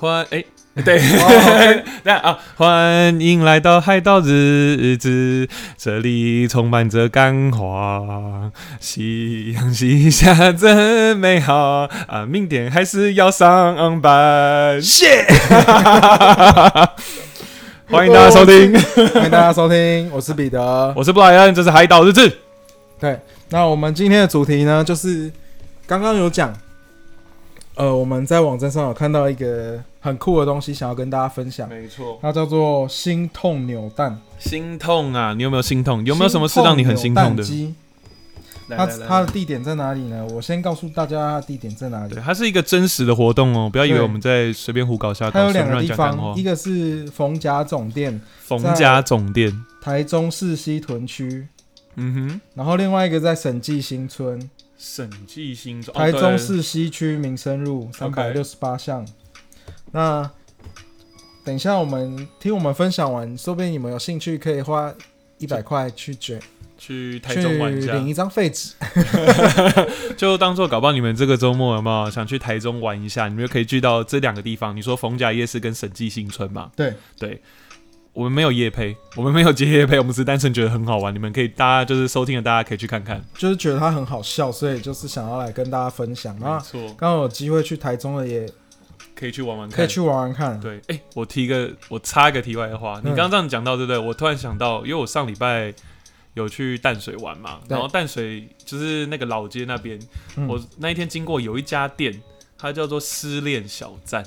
欢哎、对，那啊，欢迎来到海岛日子，这里充满着干话，夕阳西下真美好啊！明天还是要上班。谢，欢迎大家收听，欢迎大家收听，我是彼得。我是布莱恩，这是海岛日志。对，那我们今天的主题呢，就是刚刚有讲，呃，我们在网站上有看到一个很酷的东西，想要跟大家分享，没错，它叫做心痛扭蛋。心痛啊！你有没有心痛？有没有什么事让你很心痛的？心来来痛扭蛋机来它它的地点在哪里呢？我先告诉大家它的地点在哪里对，。它是一个真实的活动哦，不要以为对我们在随便胡搞瞎它搞，有随便两个乱地讲干话方，一。个是逢甲总店，冯家总店，台中市西屯区，嗯哼，然后另外一个在审计新村，审计新庄，台哦中市西区民生路三百六十八巷。那等一下，我们听我们分享完，说不定你们有兴趣，可以花一百块去卷，对去台去中玩一下，领一张废纸。 就当做搞不好你们这个周末有没有想去台中玩一下？你们就可以去到这两个地方。你说逢甲夜市跟审计新村嘛？对对，我们没有夜配，我们没有接夜配，我们只是单纯觉得很好玩。你们可以大家就是收听的，大家可以去看看。就是觉得它很好笑，所以就是想要来跟大家分享。没那错，刚好有机会去台中的，也可以去玩玩看。可以去玩玩看。对，哎、我提一个，我插一个题外的话，你嗯刚刚这样讲到，对不对？我突然想到，因为我上礼拜有去淡水玩嘛，对然后淡水就是那个老街那边，嗯我那一天经过有一家店，它叫做失恋小站。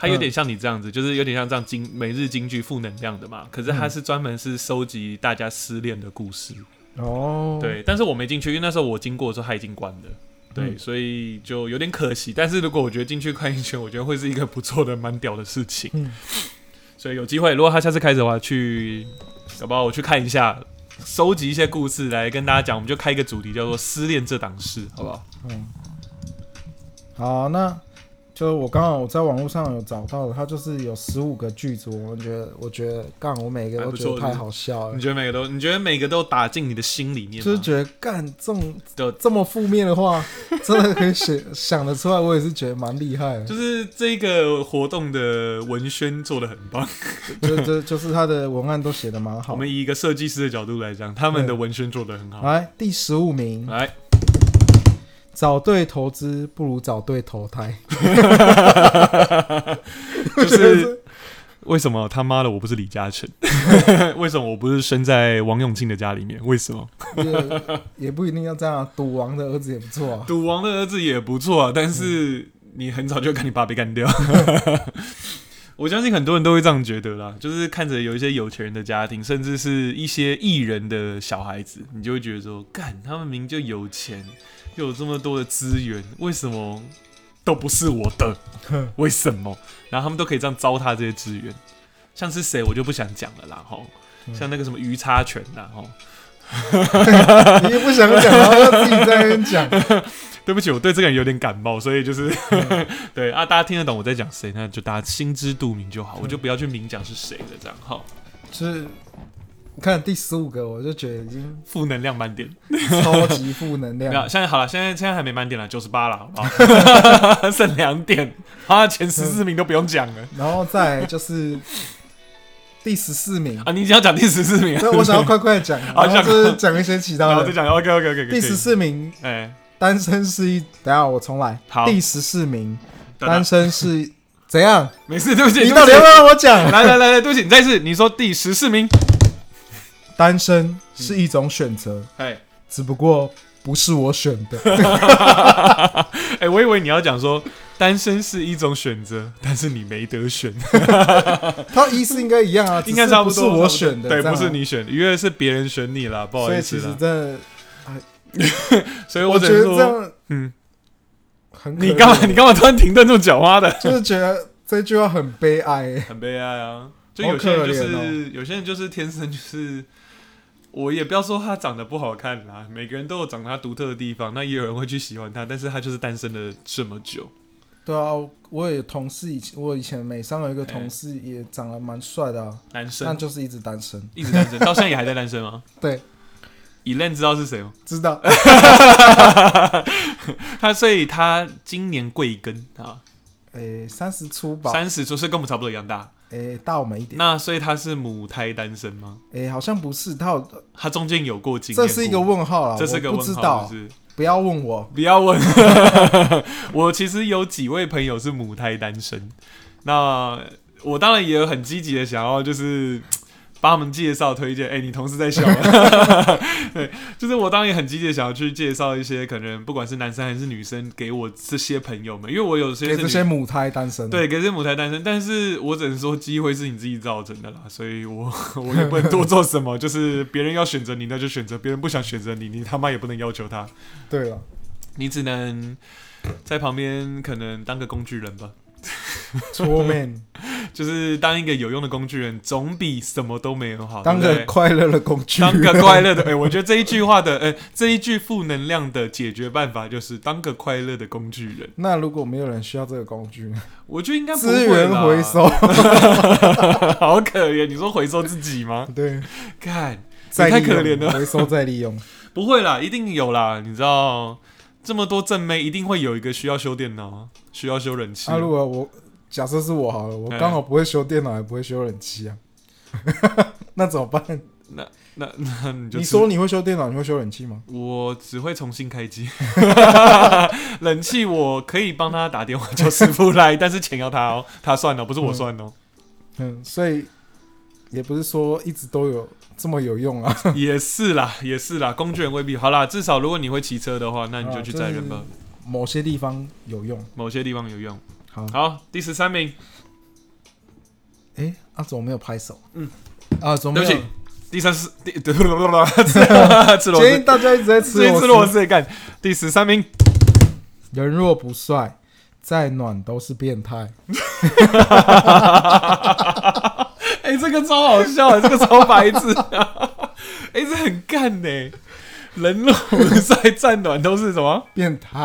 它有嗯点像你这样子，就是有点像这样京每日京剧负能量的嘛。可是它嗯是专门是收集大家失恋的故事，哦，，对。但是我没进去，因为那时候我经过的时候它已经关了，对，嗯所以就有点可惜。但是如果我觉得进去看一圈，我觉得会是一个不错的、蛮屌的事情。嗯，所以有机会，如果他下次开始的话，去搞不好我去看一下，收集一些故事来跟大家讲。我们就开一个主题叫做“失恋这档事”，好不好？嗯，好，那就我刚好我在网络上有找到的，它就是有十五个剧组，我觉得我觉得干，我每个还都不觉错得太是好笑了你，觉得每个都，你觉得每个都打进你的心里面吗？就是觉得干这种就这么负面的话， 真的可以写想得出来，我也是觉得蛮厉害的。就是这个活动的文宣做的很棒。就就 就是他的文案都写的蛮我好。们以一个设计师的角度来讲，他们的文宣做的很好。来第十五名，来，找对投资不如找对 投胎，就是为什么他妈的我不是李嘉诚？ 为什么我不是生在王永庆的家里面？为什么？也也不一定要这样啊。赌王的儿子也不错啊。赌王的儿子也不错啊，但是你很早就看你爸被干掉。 我相信很多人都会这样觉得啦，就是看着有一些有钱人的家庭，甚至是一些艺人的小孩子，你就会觉得说，干，他们明明就有钱，又有这么多的资源，为什么都不是我的？为什么？然后他们都可以这样糟蹋这些资源，像是谁我就不想讲了啦，吼，嗯像那个什么鱼叉拳啦，吼，你也不想讲，然后就自己在那边讲。对不起，我对这个人有点感冒，所以就是对啊，大家听得懂我在讲谁，那就大家心知肚明就好，我就不要去明讲是谁了，这样哈，就是你看第十五个，我就觉得已经负能量满点，超级负能 没量有，。现在好了，现在现在还没满点了，九十八了，好不好？剩两点，啊，前十四名都不用讲了然后再来就是第十 四名，啊，你只要讲第十四名啊，所以我想要快快地讲，好然后就是讲一些其然他后再的。讲，OK OK OK，第十，四名，哎，单身是一，等一下我重来。好第十四名，等等单身是怎样？没事，对不起，你 对到不底起要不要让我讲？来来来来，对不起，你再一次，你说第十四名，单身是一种选择，哎只不过不是我选的。 哎，我以为你要讲说单身是一种选择，但是你没得选。他意 思应该一样啊，应该只是差不多不是差不多我选的，对，这样不啊是。你选的，因为是别人选你啦，不好所意以思其实啦真。的，所以我只觉能得这说，样嗯，很可 你干嘛？怜你干嘛突然停顿这么狡猾的？ 就是觉得这句话很悲哀。很悲哀啊！就好有些人就可怜哦是有些人就是天生就是，我也不要说他长得不好看啦，每个人都有长他独特的地方，那也有人会去喜欢他，但是他就是单身了这么久，对啊，我也同事以前，我以前美商有一个同事也长得蛮帅的、啊，男但生就是一直单身。一直单身，到现在也还在单身 吗？对，以恋知道是 谁吗？知道，他所以他今年贵庚啊？诶三十出吧，三十就是跟我们差不多一样大。诶大我们一点，那所以他是母胎单身吗？诶好像不是，他有他中间有过经验这过？是一个问号啦，这是一个我问不号，知道是，不是不要问我，不要问， 我其实有几位朋友是母胎单身，那我当然也有很积极的想要就是。帮他们介绍推荐，哎、你同事在笑吗？ 对，就是我当然也很积极地想要去介绍一些可能不管是男生还是女生给我这些朋友们，因为我有些给是这女些母胎单身，，对，可是母胎单身，但是我只能说机会是你自己造成的啦，所以我 我也不能多做什么，就是别人要选择你，那就选择；别人不想选择你，你他妈也不能要求他，对啊了，你只能在旁边可能当个工具人吧，搓面，就是当一个有用的工具人，总比什么都没有好，当对不个对快乐的工具，当个快乐的，哎、我觉得这一句话的，呃，这一句负能量的解决办法就是当个快乐的工具人。 那如果没有人需要这个工具呢，我觉得应该不资会源啦回，收， 好可怜。你说回收自己 吗？ 对，看，再太利用可怜了回收再 利用。不会啦，一定有啦。你知道这么多正妹，一定会有一个需要修电脑、需要修冷气那、。啊如果我假设是我好了，我哎刚好不会修电脑，也不会修冷气啊， 那怎么办？那那你就你知说你会修电脑，你会修冷气吗？我只会重新开机， 冷气我可以帮他打电话叫师傅来，但是钱要他哦，他算哦，不是我算哦，嗯，所以也不是说一直都有这么有用啊。也是啦，也是啦，工具人未必好啦，至少如果你会骑车的话，那你就去载人吧，啊就是 某些地方有用。某些地方有用。好，好，第十三名，哎、阿、总没有拍手。嗯，啊，总没对有。不起，第三 十， 第吃螺丝，吃螺今天丝，大家一直在吃吃我螺丝干，第十三名。人若不帅，再暖都是变态。 哎、这个超好笑的，这个超白痴、哎、这很干呢、人肉 在战暖都是什么？变态，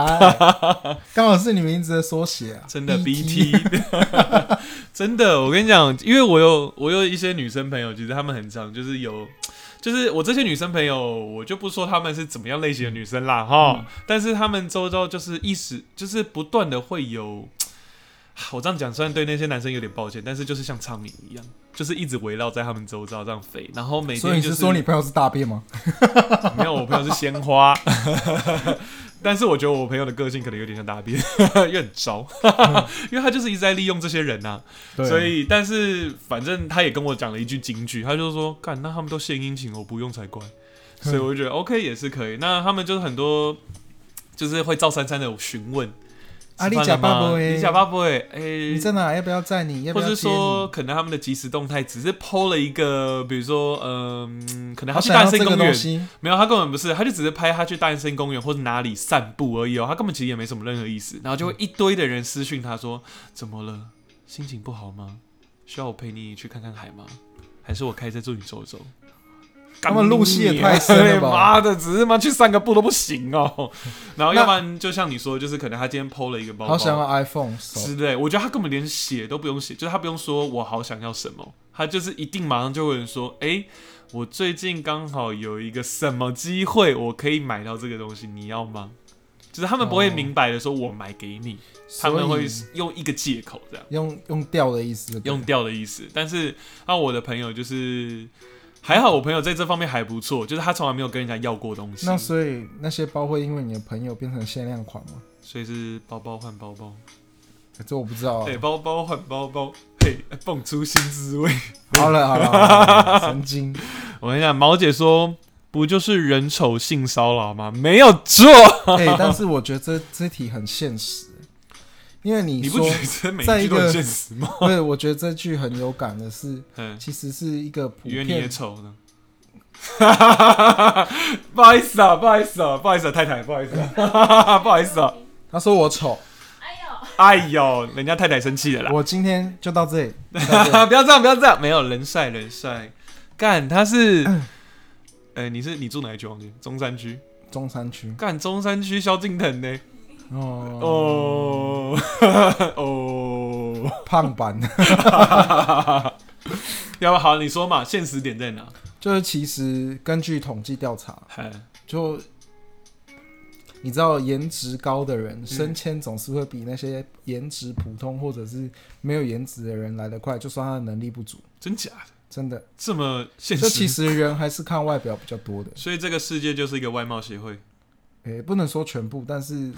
刚好是你名字的缩写啊！真的 BT，真 的，我跟你讲，因为我有我有一些女生朋友，其实她们很常就是有，就是我这些女生朋友，我就不说她们是怎么样类型的女生嗯啦哈，但是她们周遭就是一时就是不断的会有， 我这样讲虽然对那些男生有点抱歉，但是就是像苍蝇一样，就是一直围绕在他们周遭这样飞，然后每天、就是、所以你是说你朋友是大便吗？没有，我朋友是鲜花， 但是我觉得我朋友的个性可能有点像大便， 因为很糟， 因为他就是一直在利用这些人呐、对啊所以，但是反正他也跟我讲了一句金句，他就说：“干，那他们都献殷勤，我不用才怪。”嗯所以我就觉得 OK 也是可以。那他们就是很多，就是会赵珊珊的询问啊，你吃假饭了吗爸爸哎，你假爸不会，哎、你在哪？要不要载你？要不或要是接说，你？可能他们的即时动态只是 PO 了一个，比如说，嗯，可能好他去想大要森这个公东园，西，没有，他根本不是，他就只是拍他去大安森公园或者哪里散步而已哦，他根本其实也没什么任何意思，然后就会一堆的人私讯他说怎么了，心情不好吗？需要我陪你去看看海吗？还是我开车助你走走？他们入戏也太深了干吧你妈的，只是妈去散个步都不行哦。 然后要不然就像你说，就是可能他今天剖了一个包包，好想要 iPhone 手。之类。我觉得他根本连写都不用写，就是他不用说我好想要什么，他就是一定马上就会有人说，哎、我最近刚好有一个什么机会，我可以买到这个东西，你要吗？就是他们不会哦明白的说，我买给你，他所以们会用一个借口这样用用掉的意思，用掉的意思。但是啊，我的朋友就是还好，我朋友在这方面还不错，就是他从来没有跟人家要过东西，那所以那些包会因为你的朋友变成限量款吗？所以是包包换包包，欸这我不知道、啊哎、。包包换包包，嘿，哎蹦出新滋味。好了好了好了，神经。我跟你讲，毛姐说不就是人丑性骚扰吗？没有错，哎、但是我觉得这这题很现实，欸因为你 你不说觉，得这每在句一都很个现实吗？对，我觉得这句很有感的是，嗯，其实是一个普以为你也遍。丑呢。 不好意思啊，不好意思啊，不好意思、啊，太太，不好意思、啊， 不好意思啊。他说我丑，哎呦，哎呦，人家太太生气了啦！我今天就到 这里。就到这里不要这样，不要这样，没有人帅人帅，干他 是，呃，你是你住哪一区？忘记中山区，中山区干中山区萧敬腾呢？哦，哦 哦，胖版 要不好，你说嘛，现实点在哪？就是其实根据统计调查，嗨就你知道颜值高的嗯人升迁总是会比那些颜值普通或者是没有颜值的人来得快，就算他的能力不足，真假的真的。这么现这其实？实人还是看外表比较多的，所以这个世界就是一个外貌协会，诶、不能说全部，但是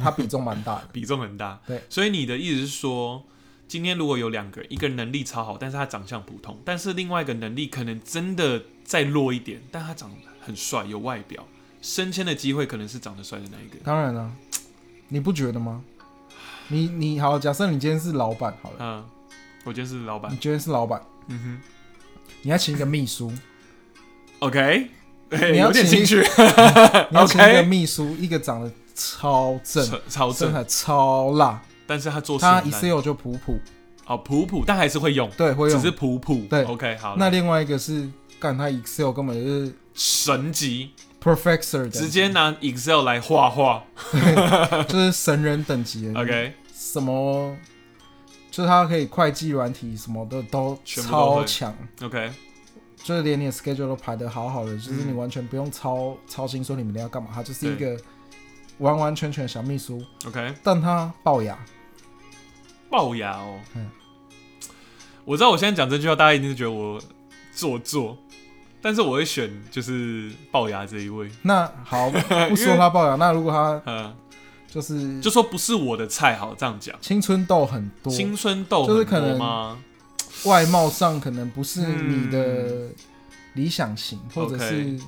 它比重蛮大的。比重很大。对，所以你的意思是说，今天如果有两个人，一个人能力超好，但是他长相普通，但是另外一个能力可能真的再弱一点，但他长得很帅，有外表，升迁的机会可能是长得帅的那一个。当然了、你不觉得吗？你你好，假设你今天是老板好了，嗯，我觉得是老你板。今天是老板，嗯你要请一个秘 书，哼，OK，哎你要 有点兴请趣，你要请一个 OK 秘书，一个长得超正，超超身正，材超辣，但是他做事他很难。 Excel 就普普，哦，普普，但还是会用，对，会只用是。普普。对，OK，好了，那另外一个是干他 Excel 根本就是神级， professor 等级直 接拿 Excel 来画画。就是神人等级的 OK，什么就是他可以会计软体什么的都全部都会超强， OK，就是连你的 schedule 都排得好好的，就是嗯你完全不用操操心说你明天要干嘛，他就是对一个完完全全的小秘书， OK，但他龅牙，龅牙哦。嗯我知道我现在讲这句话，大家一定是觉得我做作，但是我会选就是龅牙这一位。那 好不说他龅牙，那如果他嗯，就是就说不是我的菜，好这样讲。青春痘很多，青春痘就是很可多能吗？外貌上可能不是你的理想型，或者嗯 OK 是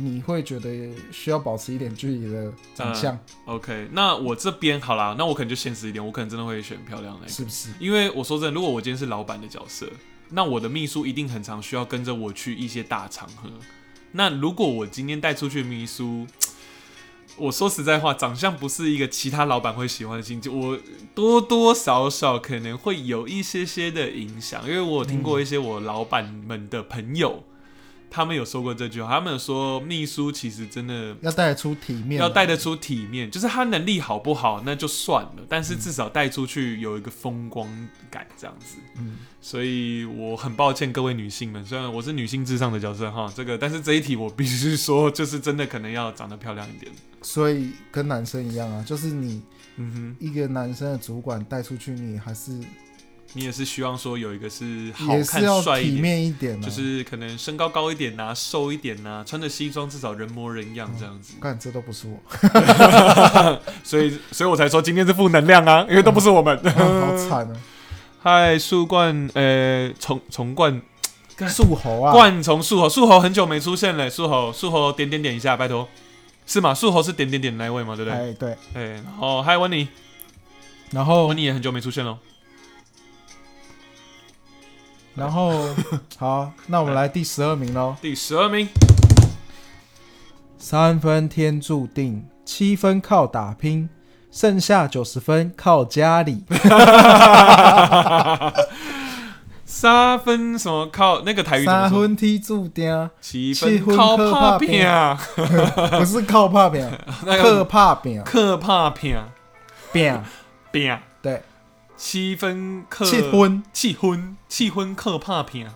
你会觉得需要保持一点距离的嗯长相， OK，那我这边好啦，那我可能就现实一点，我可能真的会选漂亮的、那个，是不是？因为我说真的，如果我今天是老板的角色，那我的秘书一定很常需要跟着我去一些大场合。那如果我今天带出去的秘书，我说实在话，长相不是一个其他老板会喜欢的星，就我多多少少可能会有一些些的影响，因为我有听过一些我老板们的朋友，他们有说过这句话，他们有说秘书其实真的要带得出体面，啊要带得出体面，就是他能力好不好那就算了，但是至少带出去有一个风光感这样子。嗯，所以我很抱歉各位女性们，虽然我是女性至上的角色哈，这个但是这一题我必须说，就是真的可能要长得漂亮一点。所以跟男生一样啊，就是你嗯哼，一个男生的主管带出去，你还是你也是希望说有一个是好也是要看帅一体点，面一点啊，就是可能身高高一点呐、啊瘦一点呐、穿着西装至少人模人样这样 子。干这都 不是我，所以，所以我才说今天是负能量啊，因为都不是我们。好惨啊，嗨，树冠，呃，重重冠树猴啊，冠从树猴，树猴很久没出现了，树猴，树猴点点点一下，拜托，是吗？树猴是点点点的那一位吗？对不对？哎对，哎、然后嗨，温妮，哦然后 温妮也很久没出现了。然后好，那我们来第十二名喽。第十二名，三分天注定，七分靠打拼，剩下九十分靠家里。三分什么靠那个台语怎么三说？分天 注定，七七分靠靠怕打拼片啊，不是靠怕饼，那克个怕饼克怕片饼。片，对，啊七分克气昏，气昏气昏克怕啊片。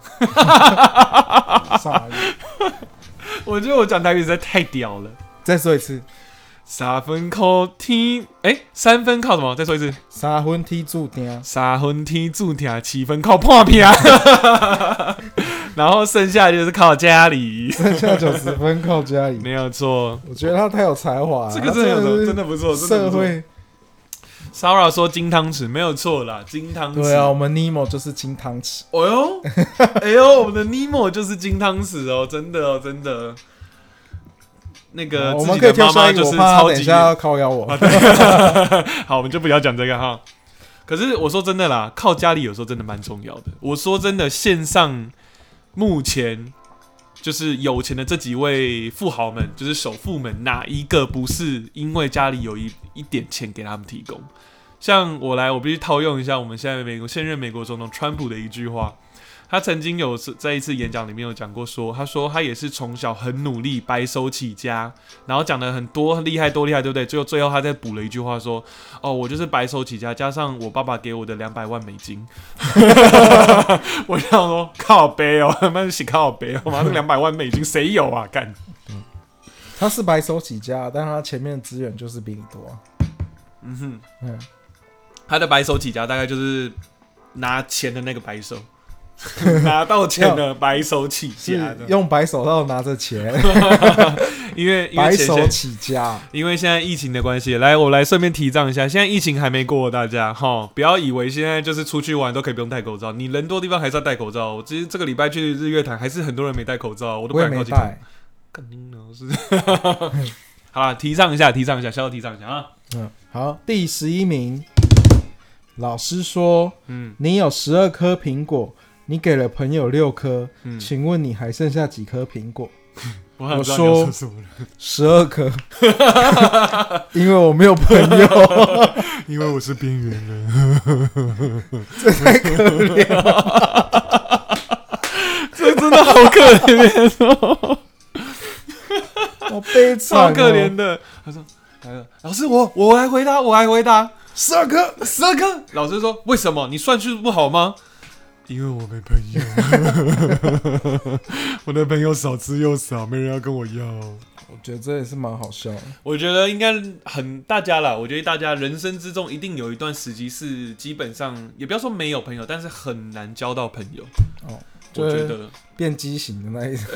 傻眼我觉得我讲台语实在太屌了。再说一次，三分靠天，哎、三分靠什么？再说一次，三分天注定，三分天注定，七分靠破 片，然后剩下就是靠家里，剩下九十分靠家 里。没有错。我觉得他太有才华了，这个真的有啊他错，真的的不错，啊是真的社不错。会。 Sara 说金汤匙没有错啦，金汤匙。对啊，我们 Nemo 就是金汤匙。哎 呦，哎呦，我们的 Nemo 就是金汤匙哦，真的哦，真的。那个啊哦我自们己可以的挑妈下妈一个，就我是怕他超等一级下要靠 邀我。啊好，我们就不要讲这个哈。可是我说真的啦，靠家里有时候真的蛮重要的。我说真的，线上目前就是有钱的这几位富豪们，就是首富们，哪一个不是因为家里有一一点钱给他们提供？像我来，我必须套用一下我们现在美国现任美国总统川普的一句话，他曾经有在一次演讲里面有讲过说他说他也是从小很努力，白手起家，然后讲的很多厉害多厉害，对不对？最后最后他再补了一句话说，哦，我就是白手起家，加上我爸爸给我的两百万美金， 我想说靠背哦，他妈是靠背哦，妈这两百万美金谁有啊？干，他是白手起家，但他前面的资源就是比你多啊。嗯哼，嗯，他的白手起家大概就是拿钱的那个白 手，拿到钱的白手起家是的，用白手套拿着 钱，因为因白为钱手钱起家。因为现在疫情的关系，来我来顺便提倡一下，现在疫情还没过，大家哈，不要以为现在就是出去玩都可以不用戴口罩，你人多地方还是要戴口罩。我其实这个礼拜去日月潭，还是很多人没戴口罩，我都不我也敢靠没近他。带，肯定呢 是。好啦，提倡一下，提倡一下，稍微提倡一下啊。嗯，好，第十一名，老师说嗯你有十二颗苹果，你给了朋友六颗，嗯，请问你还剩下几颗苹果？ 我好像我知道你要说什么了，十二颗， 因为我没有朋友，因为我是边缘人。这太可怜了。这真的好可怜 哦，好悲超惨、可怜。的。他说：“来了，老师，我我来回答，我来回答。”十二颗，十二颗。老师说：“为什么？你算术不好吗？”因为我没朋友， 我的朋友少之又少，没人要跟我要。我觉得这也是蛮好笑的。我觉得应该很大家啦，我觉得大家人生之中一定有一段时期是基本上也不要说没有朋友，但是很难交到朋友。哦，我觉就是得变畸形的那一种。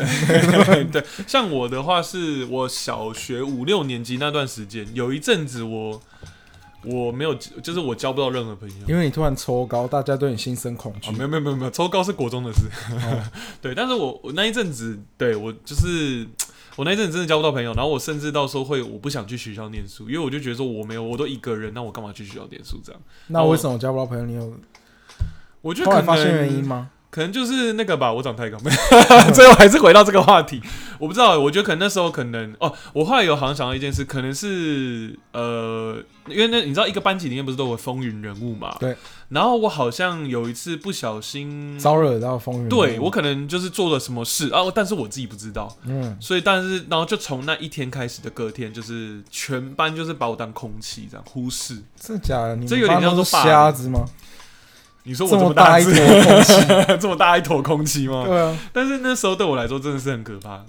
对，像我的话是我小学五六年级那段时间，有一阵子我我没有，就是我交不到任何朋友。因为你突然抽高，大家对你心生恐惧哦，。没有没有没有没有，抽高是国中的事。 对，但是我我那一阵子，对我就是我那一阵子真的交不到朋友，然后我甚至到时候会我不想去学校念书，因为我就觉得说我没有，我都一个人，那我干嘛去学校念书这样？那为什么交不到朋友？你有我觉得后可能来发现原因吗？可能就是那个吧，我长太高。 最后还是回到这个话题，我不知道，我觉得可能那时候可能哦，我后来有好像想到一件事，可能是呃，因为那你知道一个班级里面不是都有风云人物嘛？对。然后我好像有一次不小心招惹到风云。嗯对我，可能就是做了什么事啊，但是我自己不知道，嗯，所以但是然后就从那一天开始的隔天，就是全班就是把我当空气这样忽视。真的假的？你这有点们班像都是是霸凌瞎子吗？你说我这么么大一坨只，空气。 这么大一坨空气吗？对啊，但是那时候对我来说真的是很可怕，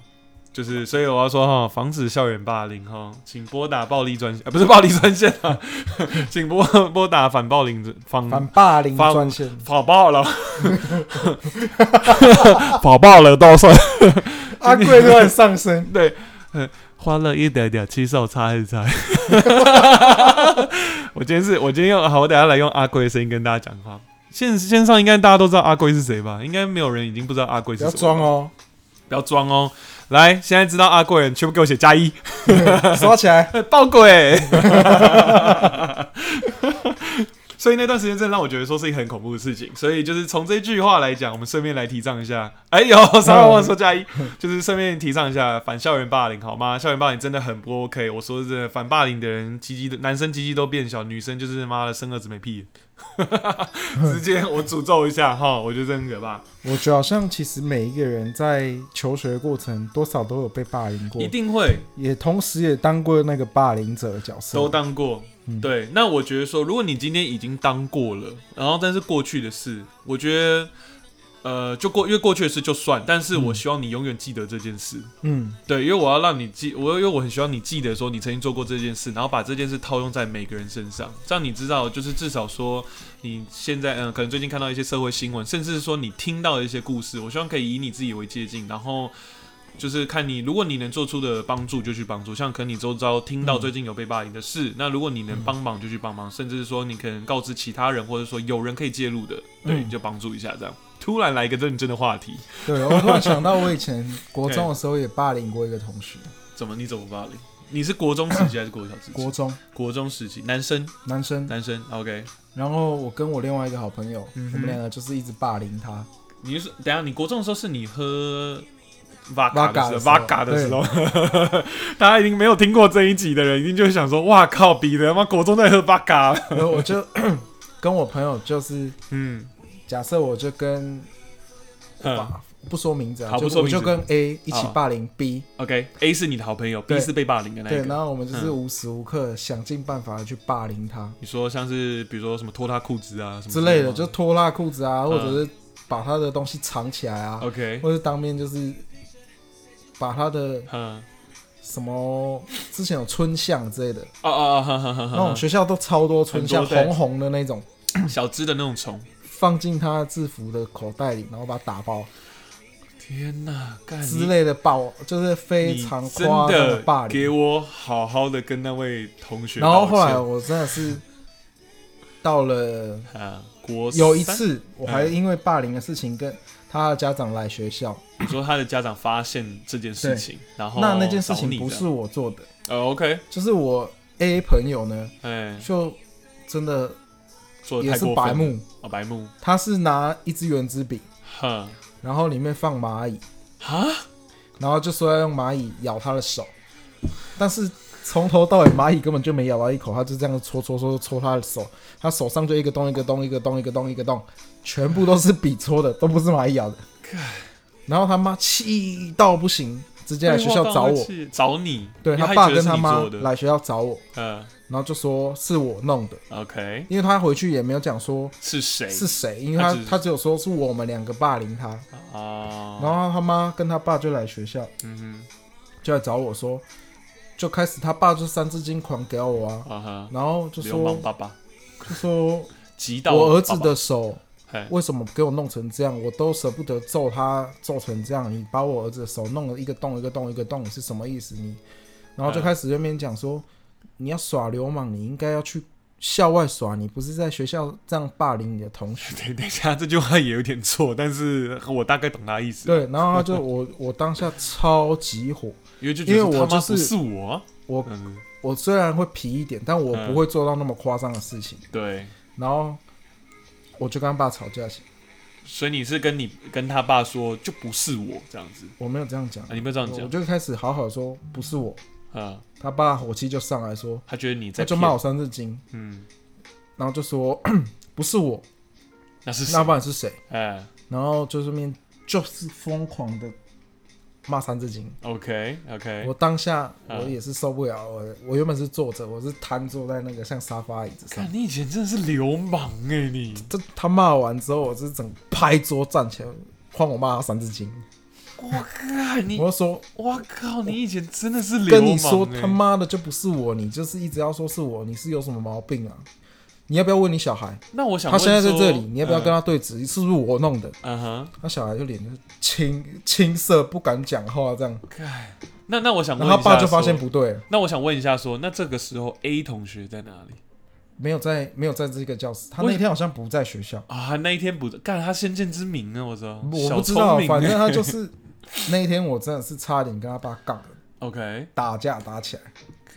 就是所以我要说哈，防止校园霸凌哈，请拨打暴力专线，啊、不是暴力专线啊， 请拨拨打反暴力反反霸凌反专线。跑爆了， 跑爆了，到时候阿 贵突然上升，对，呃花了一点点七手擦一擦。 我今天是，我今天用好，我等一下来用阿贵的声音跟大家讲话。线线上应该大家都知道阿贵是谁吧？应该没有人已经不知道阿贵不是要谁。装哦，不要装哦！来，现在知道阿贵的人，全部给我写加一，刷起来。 爆鬼！ 所以那段时间真的让我觉得说是一个很恐怖的事情。所以就是从这句话来讲，我们顺便来提倡一下。哎呦，稍等我说加一，就是顺便提倡一下反校园霸凌，好吗？校园霸凌真的很不 OK。我说真的，反霸凌的人，鸡鸡的男生鸡鸡都变小，女生就是妈的生儿子没屁 眼。直接我诅咒一下哈，我觉得这很可怕。我觉得好像其实每一个人在求学的过程，多少都有被霸凌过一，定会，也同时也当过那个霸凌者的角色。都当过。嗯对，那我觉得说，如果你今天已经当过了，然后但是过去的事，我觉得，呃，就过，因为过去的事就算，但是我嗯希望你永远记得这件事。嗯，对，因为我要让你记，我因为我很希望你记得说你曾经做过这件事，然后把这件事套用在每个人身上，这样你知道，就是至少说你现在，嗯、可能最近看到一些社会新闻，甚至是说你听到的一些故事，我希望可以以你自己为借鉴，然后就是看你，如果你能做出的帮助就去帮助，像可能你周遭听到嗯最近有被霸凌的事，那如果你能嗯帮忙就去帮忙，甚至是说你可能告知其他人，或者说有人可以介入的，对，嗯你就帮助一下这样。突然来一个认真的话题，对我突然想到，我 以前国中的时候也霸凌过一个同学，怎么你怎么霸凌？你是国中时期还是国小时期？国中国中时期，男生，男生，男生，OK。然后我跟我另外一个好朋友，嗯哼我们两个就是一直霸凌他，你是等一下，你国中的时候是你喝 v 嘎 Vodka 的的时时候候 v 嘎的时候， 大家已经没有听过这一集的人，一定就会想说：哇靠，彼得他妈国中在喝 v 嘎。 然后我就 跟我朋友就是 嗯，假设我就跟嗯霸不说名字啊，好就不说我名字哦就跟 A 一起好霸凌 B， ，OK，A 是你的好朋友，B 对是被霸凌的那对，一个。嗯然后我们就是无时无刻想尽办法地去霸凌他。你说像是比如说什么脱他裤子啊什么之类的，吗就脱拉裤子嗯啊，或者是把他的东哦 西藏起来啊， OK，或者当面就是把他的嗯，什么之前有春象之类的，哦哦哦哈哈哈哈，那种学校都超多春象，很多对红红的那种，小只的那种虫。放进他制服的口袋里，然后把它打包天哪，干之类的爆，就是你非哎你常真夸张的霸给凌。我好好的跟那位同学然道后歉。后来我真的是到了啊，国有一三，次，我还嗯因为霸凌的事情跟他的家长来学校，你说他的家长发现这件事情，然后那那件事哦找你情不这样是我做的，呃 OK，就是我 A 朋友呢哎，就真的做的也太是过分白了目，哦，白目，他是拿一支圆珠笔，哼，然后里面放蚂蚁，啊，然后就说要用蚂蚁咬他的手，但是从头到尾蚂蚁根本就没咬到一口，他就这样戳戳戳戳他的手，他手上就一个洞一个洞一个洞一个洞一个洞，全部都是笔戳的，都不是蚂蚁咬的。然后他妈气到不行，直接来学校找我，，找你，对因为他他爸觉得跟是他你妈做的，来学校找我，嗯然后就说是我弄的， ，OK，因为他回去也没有讲说是谁？是哦谁，因为他他只他只有说是我们两个霸凌他，啊，然后他妈跟他爸就来学校。嗯就来找我说，就开始他爸就三字经狂给我啊，哼，啊哈，然后就流说氓爸爸，就说急到我儿子爸爸 的，手嘿，为什么给我弄成这样，我都舍不得揍他揍成这样，你把我儿子的手弄了一个洞一个洞一个洞是什么意思你？然后嗯就开始在那边讲说，你要耍流氓，你应该要去校外耍，你不是在学校这样霸凌你的同 学。等等一下，这句话也有点错，但是我大概懂他意思，对，然后他就我我当下超级火，因为就因为觉得我他妈就是不是我啊，我嗯，我虽然会皮一点，但我嗯不会做到那么夸张的事情。对，然后我就跟他爸吵架去，所以你是跟你跟他爸说就不是我这样子，我没有这样讲啊，，你不要这样我我讲，就开始好好说不是我，啊，他爸火气就上来说，他觉得你他在就骗骂我，三字经，嗯，然后就说 不是我，那是那谁？不然是谁？哎然后就是面就是疯狂的骂三字经， ，OK OK，我当下嗯我也是受不了，我我原本是坐着，我是瘫坐在那个像沙发椅子上看。你以前真的是流氓哎，你这他骂完之后，我是整拍桌站起来，换我骂他三字经。我靠你我，就说我靠你以前真的是流跟氓你说欸他妈的就不是我，你就是一直要说是我，你是有什么毛病啊？你要不要问你小孩？那我想他问现在在说这里，你要不要跟嗯他对质？是不是我弄的？嗯哼，他小孩就脸就青青色，不敢讲话这样。那那我想问然一后下，他爸就发现，不对，那我想问一下说，那这个时候 A 同学在哪里没有在没有在这个教室，他为那天好像不在学校，啊？那一天不干他先见之明啊，我知道，我小不知聪道，明欸反正他就是那一天我真的是差点跟他爸杠了， OK，打架 打起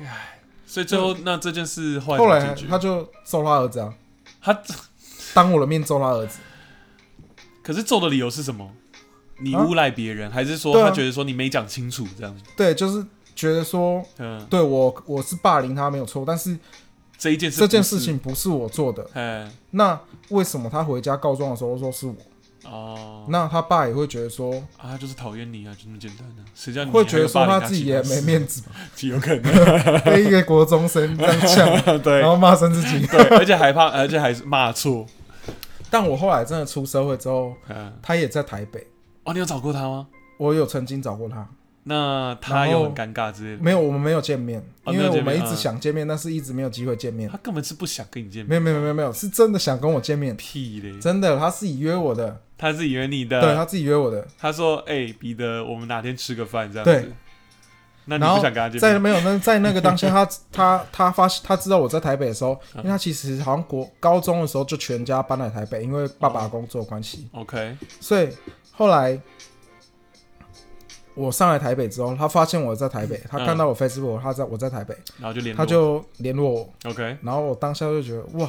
来。所以最后那这件事后后怎来么解决他就揍他儿子啊，他当我的面揍他儿子。可是揍的理由是什么？你啊诬赖别人，还是说对啊他觉得说你没讲清楚这样？对，就是觉得说，嗯，对我我是霸凌他没有错，但是这一件事这件不是事，情不是我做的，哎，那为什么他回家告状的时候说是我？哦，那他爸也会觉得说，啊，他就是讨厌你啊，就这么简单的、谁叫你会觉得说还有霸凌他他自己也没面子嘛，子， 有可 能，被一个国中生这样呛， 对然后骂声自己。对，而且还怕，而且还是骂错，但我后来真的出社会之后，嗯，他也在台北，哦，你有找过他吗？我有曾经找过他，那他然后有很尴尬之类的，没有，我们没有见面，哦没因为有见面我们一直想见面，但是一直没有机会见面他。根本是不想跟你见面，没有没有没有没有，是真的想跟我见面，屁嘞，真的，他自己约我的，他是以为你对的，他自己约我的，他说，哎、彼得，我们哪天吃个饭这样对子，那你然不后想跟他见在面？没有那在那个当下， 他他他发他知道我在台北的时候，因为他其实好像国高中的时候就全家搬来台北，因为爸爸工作关系， OK，所以后来我上来台北之后，他发现我在台北，他看到我 Facebook，他在我在台北，然后就嗯联络，他就联络我， OK，然后我当下就觉得哇，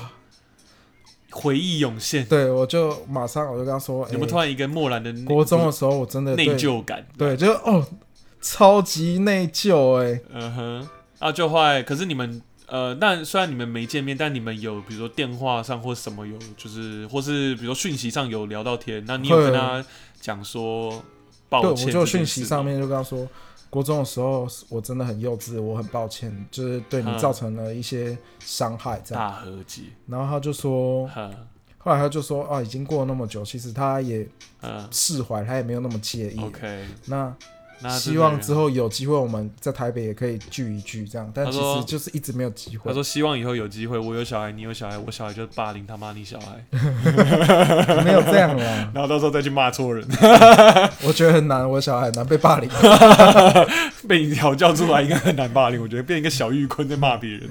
回忆涌现，对我就马上我就跟他说，有没有突欸然一个漠然的国中的时候我真的内对疚感？对，就哦超级内疚哎、嗯哼，啊，就后来，可是你们呃，那虽然你们没见面，但你们有比如说电话上或什么有，就是或是比如说讯息上有聊到天，那你有会跟他讲说抱对，歉这件我事吗？哦就讯息上面就跟他说，国中的时候我真的很幼稚，我很抱歉，就是对你嗯啊造成了一些伤害这样。大和解，然后他就说，哈，后来他就说啊，已经过了那么久，其实他也嗯释怀，他也没有那么介意。 ，OK，那那真希的望人之后有机会我们在台北也可以聚一聚这样，但他其说实就是一直没有机会他。说希望以后有机会，我有小孩，你有小孩，我小孩就霸凌他妈你小孩，没有这样啦，然后到时候再去骂错人， 我觉得很难，我小孩很难被霸凌。被你调教出来应该很难霸凌，我觉得变一个小玉坤在骂别人，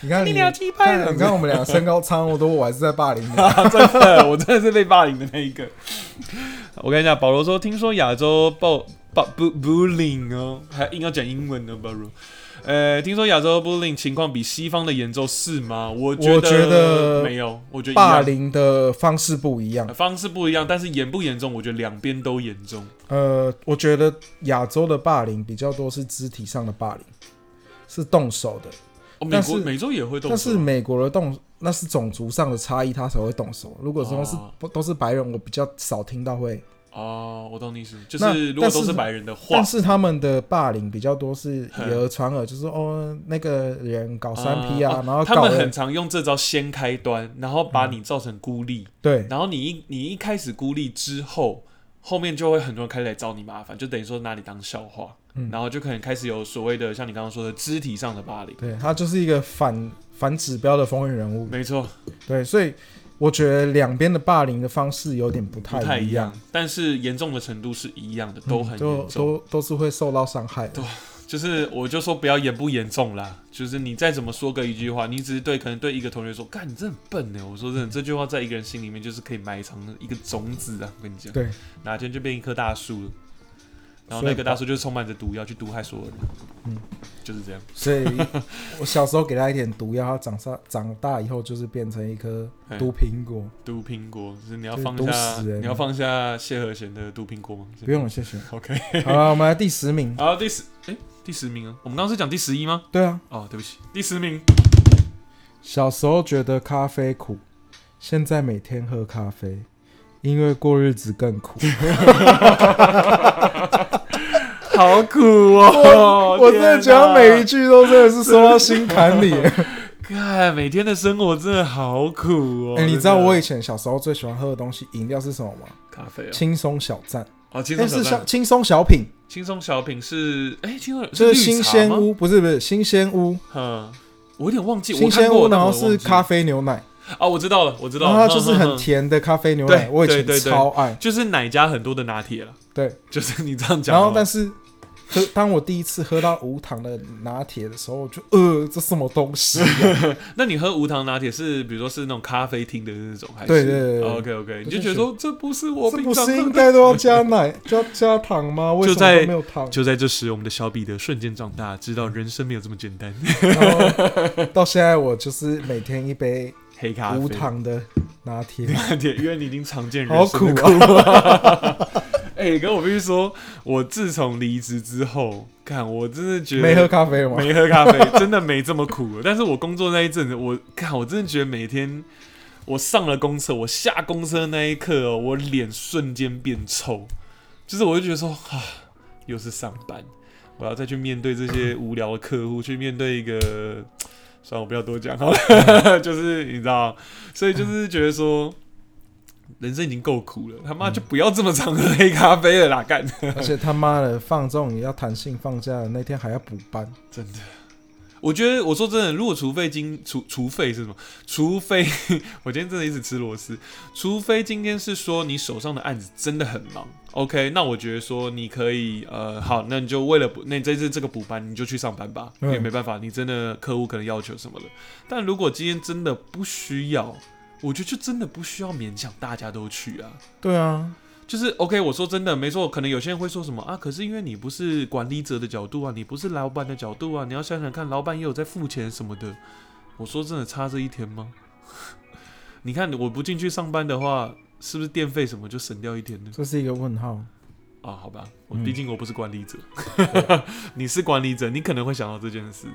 你看你你，俩看鸡掰的，你看我们俩身高差那么多，我还是在 霸凌你。啊，真的，我真的是被霸凌的那一个。我跟你讲，保罗说，听说亚洲暴暴 bu- bullying 哦，还硬要讲英文呢，保罗。呃，听说亚洲 bullying 情况比西方的严重是吗？我觉我觉得没有，我觉得一样霸凌的方式不一样呃，方式不一样，但是严不严重，我觉得两边都严重。呃，我觉得亚洲的霸凌比较多是肢体上的霸凌，是动手的。哦，美但国是美洲也会动手啊但是美国的动那是种族上的差异，他才会动手。如果说是、哦不都是白人，我比较少听到会。哦，我懂你意思，就那是如果都但是是白人的话但，是他们的霸凌比较多是以嗯讹传讹，就是哦那个人搞三 P 啊，哦然后他搞们人很常用这招先开端，然后把你造成孤立，对然后你一你一开始孤立之后，后面就会很多人开始来找你麻烦，就等于说拿你当笑话，嗯然后就可能开始有所谓的像你刚刚说的肢体上的霸凌。对，他就是一个反反指标的风云人物。没错，对，所以我觉得两边的霸凌的方式有点不不太太一样嗯样，，但是严重的程度是一样的，都很都严重。都都是会受到伤害的。就是我就说不要严不严重啦，就是你再怎么说个一句话，你只是对可能对一个同学说，干你真的很笨欸呢。我说真的，这句话在一个人心里面就是可以埋藏一个种子啊，我跟你讲，对，哪天就变一棵大树了，然后所以那棵大树就充满着毒药去毒害所有人，嗯，就是这样。所以我小时候给他一点毒药，他长大长大以后就是变成一颗嘿毒苹果。毒苹果，就是你要就是放毒下，死人你要放下谢和弦的毒苹果吗？不用了，谢谢。 OK，好了，我们来第十名。好，第十，哎、第十名啊，我们刚刚是讲第十一吗？对啊，哦，对不起，第十名，小时候觉得咖啡苦，现在每天喝咖啡，因为过日子更苦。啊好苦 哦 我真的觉得每一句都真的是说到心 坎里。看，每天的生活真的好苦哦。哎，你真的知道我以前小时候最喜欢喝的东西饮料是什么吗？咖啡哦，轻松小站，哦，轻哎，松是小小站，轻松小品，轻松小品是，哎，轻松就是绿茶新鲜吗，屋，不是不是新鲜屋，嗯，我有点忘记，我新看鲜过屋，然但后我是忘记咖啡牛奶，啊，我知道了，我知道然了，后它就是哼很哼哼甜的咖啡牛奶，对我以对前对对超爱。就是奶加很多的拿铁了，对，就是你这样讲哦的然话，后但是，就当我第一次喝到无糖的拿铁的时候，我就呃，这什么东西啊？那你喝无糖拿铁是，比如说是那种咖啡厅的那种，还是对对对对 o k OK，你就觉得说这不是 我这平不常是喝应的。该都要加奶、 就要加糖吗？为什就在么都没有糖？就在这时，我们的小彼得瞬间长大，知道人生没有这么简单。 然后到现在我就是每天一杯黑咖啡无糖的拿铁，拿铁，因为你已经常见人 好生 苦的啊！哎、跟我必须说，我自从离职之后，看我真的觉得没喝咖啡吗？没喝咖啡，真的没这么苦了。但是我工作那一阵子，我看我真的觉得每天我上了公车，我下公车那一刻、哦，我脸瞬间变臭，就是我就觉得说啊，又是上班，我要再去面对这些无聊的客户，去面对一个，算了，我不要多讲好了， 就是你知道，所以就是觉得说。人生已经够苦了，他妈就不要这么常喝黑咖啡了啦！干，而且他妈的放纵也要弹性放假的那天还要补班，真的。我觉得，我说真的，如果除非今除除非是什么？除非 我今天真的一直吃螺丝，除非今天是说你手上的案子真的很忙，OK？那我觉得说你可以，呃，好，那你就为了补，那你这次这个补班你就去上班吧，嗯也没办法，你真的客户可能要求什么的。但如果今天真的不需要，我觉得就真的不需要勉强大家都去啊。对啊，就是 OK，我说真的，没错，可能有些人会说什么啊，可是因为你不是管理者的角度啊，你不是老板的角度啊，你要想想看，老板也有在付钱什么的。我说真的，差这一天吗？ 你看我不进去上班的话，是不是电费什么就省掉一天呢？这是一个问号。啊，好吧，我嗯毕竟我不是管理者， 你是管理者，你可能会想到这件事。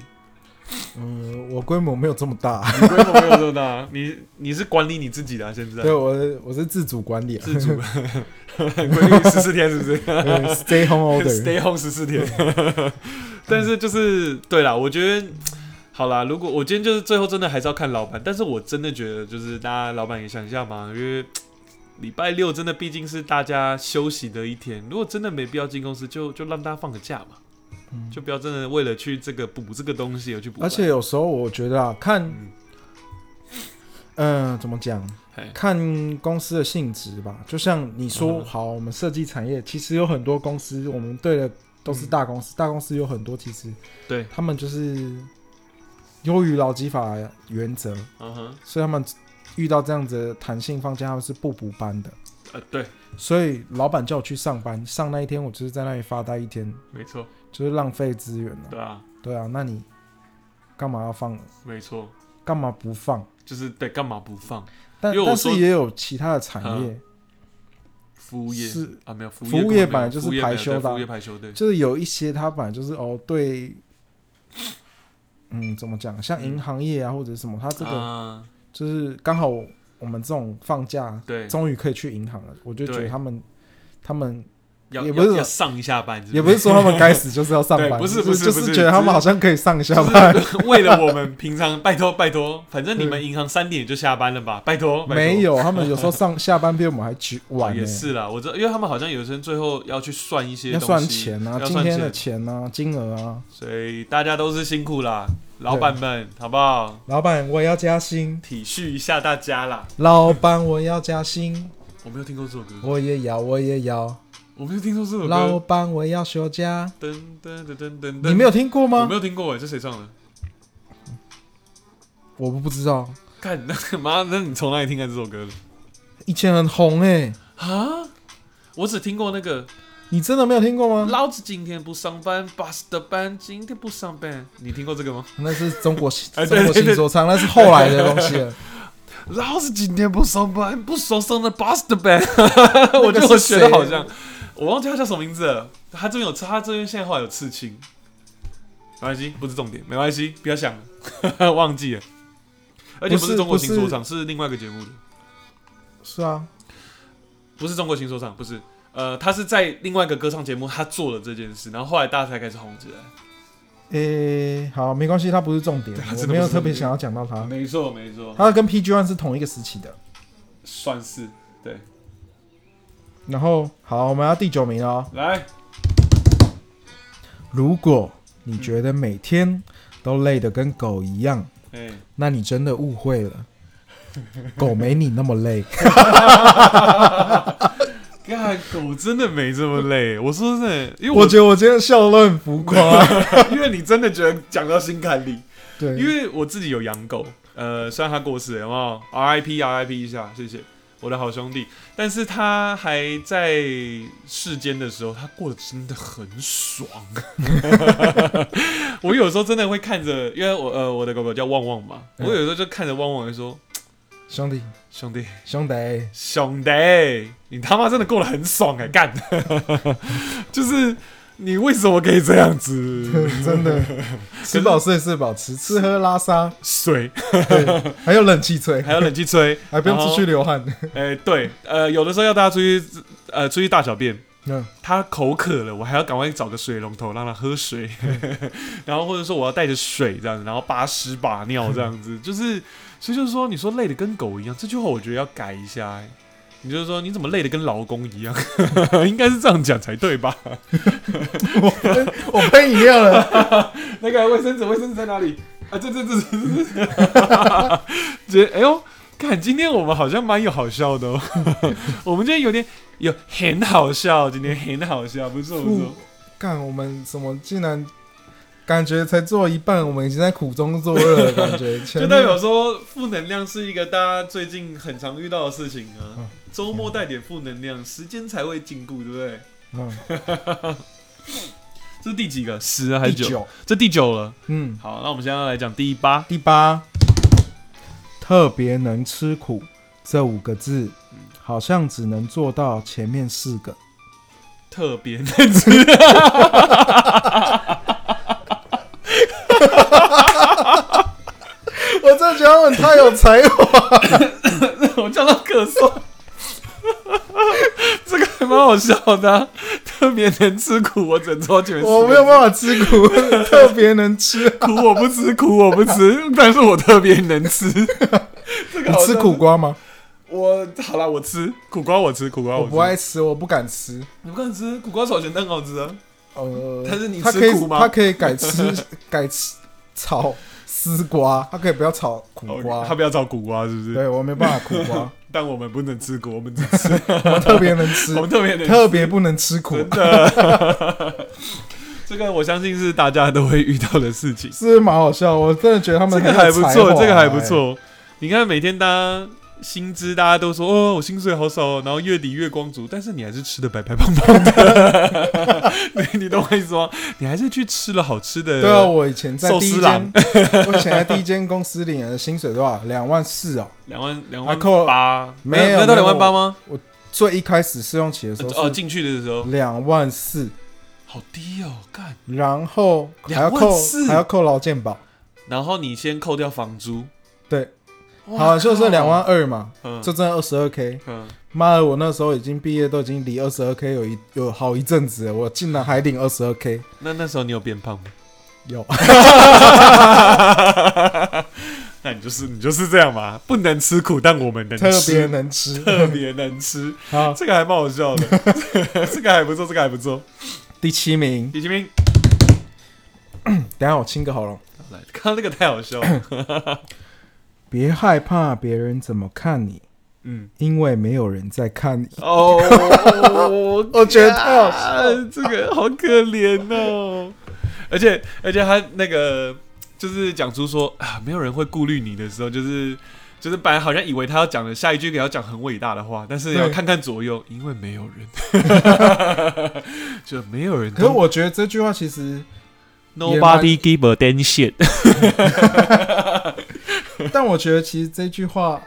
嗯，我规模没有这么大，你规模没有这么大， 你你是管理你自己的、啊，现在对我我是自主管理啊自主 规定十四天是不 是？呃，stay home order。 Stay home 十四天。 但是就是对啦，我觉得好啦，如果我今天就是最后真的还是要看老板，但是我真的觉得就是大家老板也想一下嘛，因为礼拜六真的毕竟是大家休息的一天，如果真的没必要进公司，就就让大家放个假嘛，嗯就不要真的为了去这个补这个东西而去补班。而且有时候我觉得啊，看，嗯嗯、怎么讲嘿？看公司的性质吧。就像你说，嗯哼好，我们设计产业其实有很多公司，我们对的都是大公司，大公司有很多其实对，他们就是优于劳基法原则，嗯哼，所以他们遇到这样子的弹性放假，他们是不补班的。呃，对，所以老板叫我去上班，上那一天我就是在那里发呆一天，没错，就是浪费资源了。对啊，对啊，那你干嘛要放？没错，干嘛不放？就是对，干嘛不放但因为我但说啊是也有其他的产业，服务业是啊？没有，服服务务业根本没来有就是服务业没有排休对的啊服务业排休对，就是有一些它本来就是哦对，嗯，怎么讲？像银行业啊或者什么，它这个啊，就是刚好我们这种放假，对，终于可以去银行了，我就觉得对他们。他们要也不是要要上一下班，也不是说他们该死就是要上对班，不是就不是就不是是觉得他们只是好像可以上下就是 班，为了我们平常，拜托拜 托，反正你们银行三点就下班了吧？拜托，拜托没有，啊他们有时候上下班比我们还久晚、哦呢。也是啦，我知道，因为他们好像有些人最后要去算一些要东西，算钱啊，要今算天的钱，钱啊，金额啊，所以大家都是辛苦啦，老板们，好不好？老板我也要加薪，体恤一下大家啦。老板我要加薪，我没有听过这首歌，我我也要我也要，没有听过这首老歌。板我要休假，噔噔噔噔噔噔，你没有听过啊我吗没？有听过哎，这谁唱的？我不知道，看，那妈，那你从哪里听来这首歌的？以前很红哎、啊？我只听过那个你真的没有听过吗？老子今天不上班，巴士的班今天不上班。你听过这个吗？那是中国哎中对对国新对说唱，那是后来的东西了。 老子今天不上班，不爽上的 bust 呗。我觉那得个我是学的谁好像，我忘记他叫什么名字了。他这边有刺，他这边现在后来有刺青，没关系，不是重点，没关系，不要想了， 忘记了。而且不不是是中国不新是说唱，是另外一个节目的，是啊，不是中国新说唱，不是。呃，他是在另外一个歌唱节目，他做了这件事，然后后来大家才开始红起来。诶、好，没关系，它不是重点对它，真我的没有不是特重别点想要讲到它。没错，没错，它跟 PG One 是同一个时期的。算是对。然后，好，我们要第九名了哦。来，嗯如果你觉得每天都累得跟狗一样，哎、那你真的误会了。 狗没你那么累，干狗真的没这么累。我说真的，因为我觉得我今天笑得很浮夸。 因为你真的觉得讲到心坎里，因对，为我自己有养狗，呃，虽然它过世了，有没有？RIP RIP 一下，谢谢我的好兄弟。但是它还在世间的时候，它过得真的很爽。 我有时候真的会看着，因为我呃我的狗狗叫旺旺嘛，我嗯有时候就看着旺旺就说：“兄弟，兄弟，兄弟，兄弟，你他妈真的过得很爽哎、干， 就是你为什么可以这样子？”真的吃饱睡，睡饱吃，吃喝 拉撒，水对，还有冷气吹，还有冷气吹，还不用出去流汗。哎、对，呃，有的时候要大家出去，呃，出去大小便，嗯，他口渴了，我还要赶快找个水龙头让他喝水， 然后或者说我要带着水这样子，然后把屎把尿这样子，就是，所以就是说，你说累的跟狗一样，这句话我觉得要改一下、哎你就是说，你怎么累的跟劳工一样？ 应该是这样讲才对吧？嗯我喷饮 料了，那个卫生纸，卫生纸在哪里？啊，这这这这这， 觉得哎呦，看今天我们好像蛮有好笑的哦， 我们今天有点有很好笑，今天很好笑，不错不错嗯，干我们怎么竟然感觉才做一半，我们已经在苦中作乐了，感觉 就前面代表说负能量是一个大家最近很常遇到的事情嗯啊。周末带点负能量，时间才会禁锢，对不对？嗯这是第几个？十啊还第是九？，这第九了。嗯，好，那我们现在要来讲第八。第八，特别能吃苦这五个字，好像只能做到前面四个。特别难吃。我真的觉得他们太有才华，我叫他咳嗽，这个还蛮好笑的啊、特别能吃苦，我整桌全是。我没有办法吃 苦，特别能吃。苦， 我不 吃苦，我不吃，但是我特别能吃。这个你好像吃苦瓜吗？我好啦，我吃苦瓜，我吃苦瓜，我吃不爱吃，我不敢吃。你不敢吃苦瓜炒咸蛋好吃啊？呃，但是你他吃可以苦吗他可以改吃 改吃炒丝瓜，他可以不要炒苦哦，瓜。他不要找苦瓜是不是？对我没办法苦 瓜，但我们不能吃苦，我们只吃， 我特别能吃 我，们特别能特别不能吃苦，真的。 这个我相信是大家都会遇到的事情。是不是蛮好笑。我真的觉得他们这个很 还有不才错，华这个还不欸。错。你看，每天大家薪资，大家都说哦，我薪水好少哦，然后月底月光族，但是你还是吃的白白胖胖 的，你你懂我意思吗？你还是去吃了好吃的，对啊，我以前在寿第一司间郎， 我以前在第一间公司领的薪水多少？两万四哦。两万两还万扣八，没有那到没有两万八吗？最一开始试用期的时哦，候是进去的时候两万四，好低哦，干。然后还要扣24,000还要扣劳健保，然后你先扣掉房租，对，哇好就是两万靠，二嘛，嗯，就挣二十二 k。嗯，妈的，我那时候已经毕业，都已经离二十二 k 有一有好一阵子了，我竟然还领二十二 k，那那时候你有变 胖吗？有那你就是你就是这样嘛，不能吃苦，但我们能特别吃，能吃。特别能吃，好，这个还蛮好笑的， 这个还不错，这个还不错。第七名，李金明，等一下我清个喉咙。好来，刚刚那个太好笑 了，别害怕别人怎么看你，嗯，因为没有人在看你。哦，我觉得太好笑啊，这个好可怜哦。而且而且他那个就是讲出说啊，没有人会顾虑你的时候，就是就是本来好像以为他要讲的下一句给要讲很伟大的话，但是要对看看左右，因为没有人， 就没有人可是都。我觉得这句话其实， Nobody give a damn shit。但我觉得其实这句话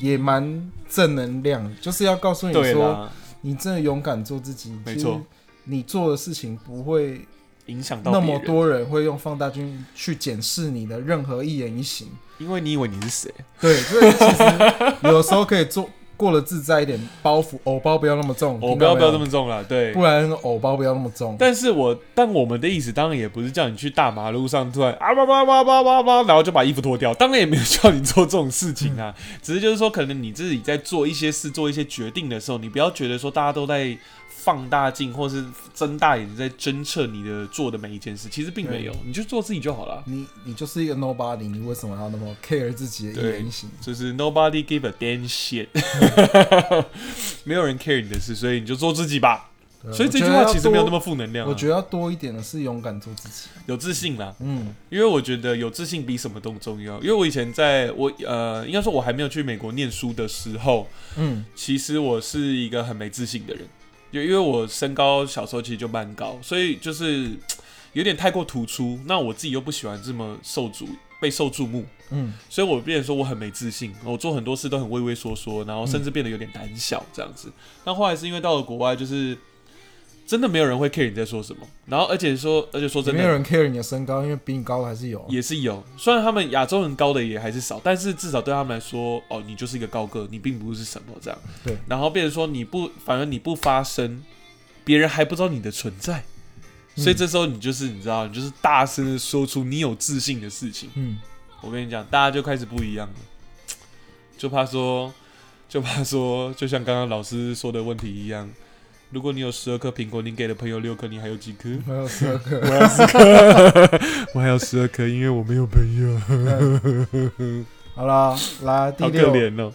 也蛮正能量的，就是要告诉你对说，啦，你真的勇敢做自己，没错，你做的事情不会影响到那别么人，多人会用放大镜去检视你的任何一言一行。因为你以为你是谁？对，所以其 实有时候可以做过了自在一点，包袱偶包不要那么重，我听不到要没不要有这，么重了，对。不然偶包不要那么重。但是我但我们的意思当然也不是叫你去大马路上突然啊叭叭叭叭叭叭，然后就把衣服脱掉，当然也没有叫你做这种事情 啊。只是就是说，可能你自己在做一些事、做一些决定的时候，你不要觉得说大家都在放大镜或是睁大眼睛在侦测你的做的每一件事，其实并没有，你就做自己就好了。你你就是一个 nobody，你为什么要那么 care 自己的一对言一行？就是 nobody give a damn shit，没有人 care 你的事，所以你就做自己吧。对啊所以这句我觉话得要其实没有那多么负能量、啊，我觉得要多一点的是勇敢做自己。有自信啦。嗯，因为我觉得有自信比什么都重要。因为我以前在我呃，应该说我还没有去美国念书的时候，嗯，其实我是一个很没自信的人，就因为我身高小时候其实就蛮高，所以就是嘖有点太过突出。那我自己又不喜欢这么受瞩被受注目，嗯，所以我变成说我很没自信，我做很多事都很畏畏缩缩，然后甚至变得有点胆小这样子。那后来是因为到了国外，就是真的没有人会 care 你在说什么，然后而且说而且说真没的有，人 care 你的身高，因为比你高的还是有啊。也是有，虽然他们亚洲人高的也还是少，但是至少对他们来说，哦，你就是一个高个，你并不是什么这样。对。然后变成说你不，反而你不发声，别人还不知道你的存在，所以这时候你就是你知道，你就是大声的说出你有自信的事情。嗯，我跟你讲，大家就开始不一样了，就怕说，就怕说，就像刚刚老师说的问题一样，如果你有十二颗苹果，你给了朋友六颗，你还有几颗？我有十二个。我要十颗， 我还有十二颗，因为我没有朋友，好啦，来第好可六，怜哦。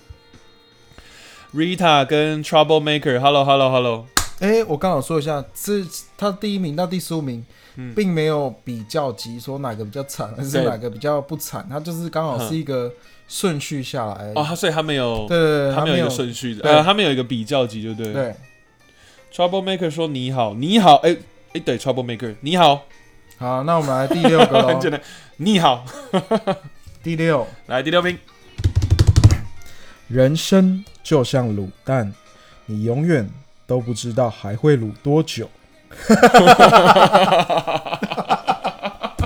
Rita 跟 Trouble Maker，Hello Hello Hello，哎、我刚好说一下，是他第一名到第十五名，嗯并没有比较级说哪个比较惨，还是对哪个比较不惨，他就是刚好是一个顺序下来而已。哦，他所以他们有，对对对，他他们有一个有顺序的，对呃，他们有一个比较级，对不对？对， Trouble Maker 说你好，你好，哎、哎、对，Trouble Maker 你好，好，那我们来第六个很喽。简单，你好，第六，来第六名， 人生就像卤蛋，你永远都不知道还会卤多久。好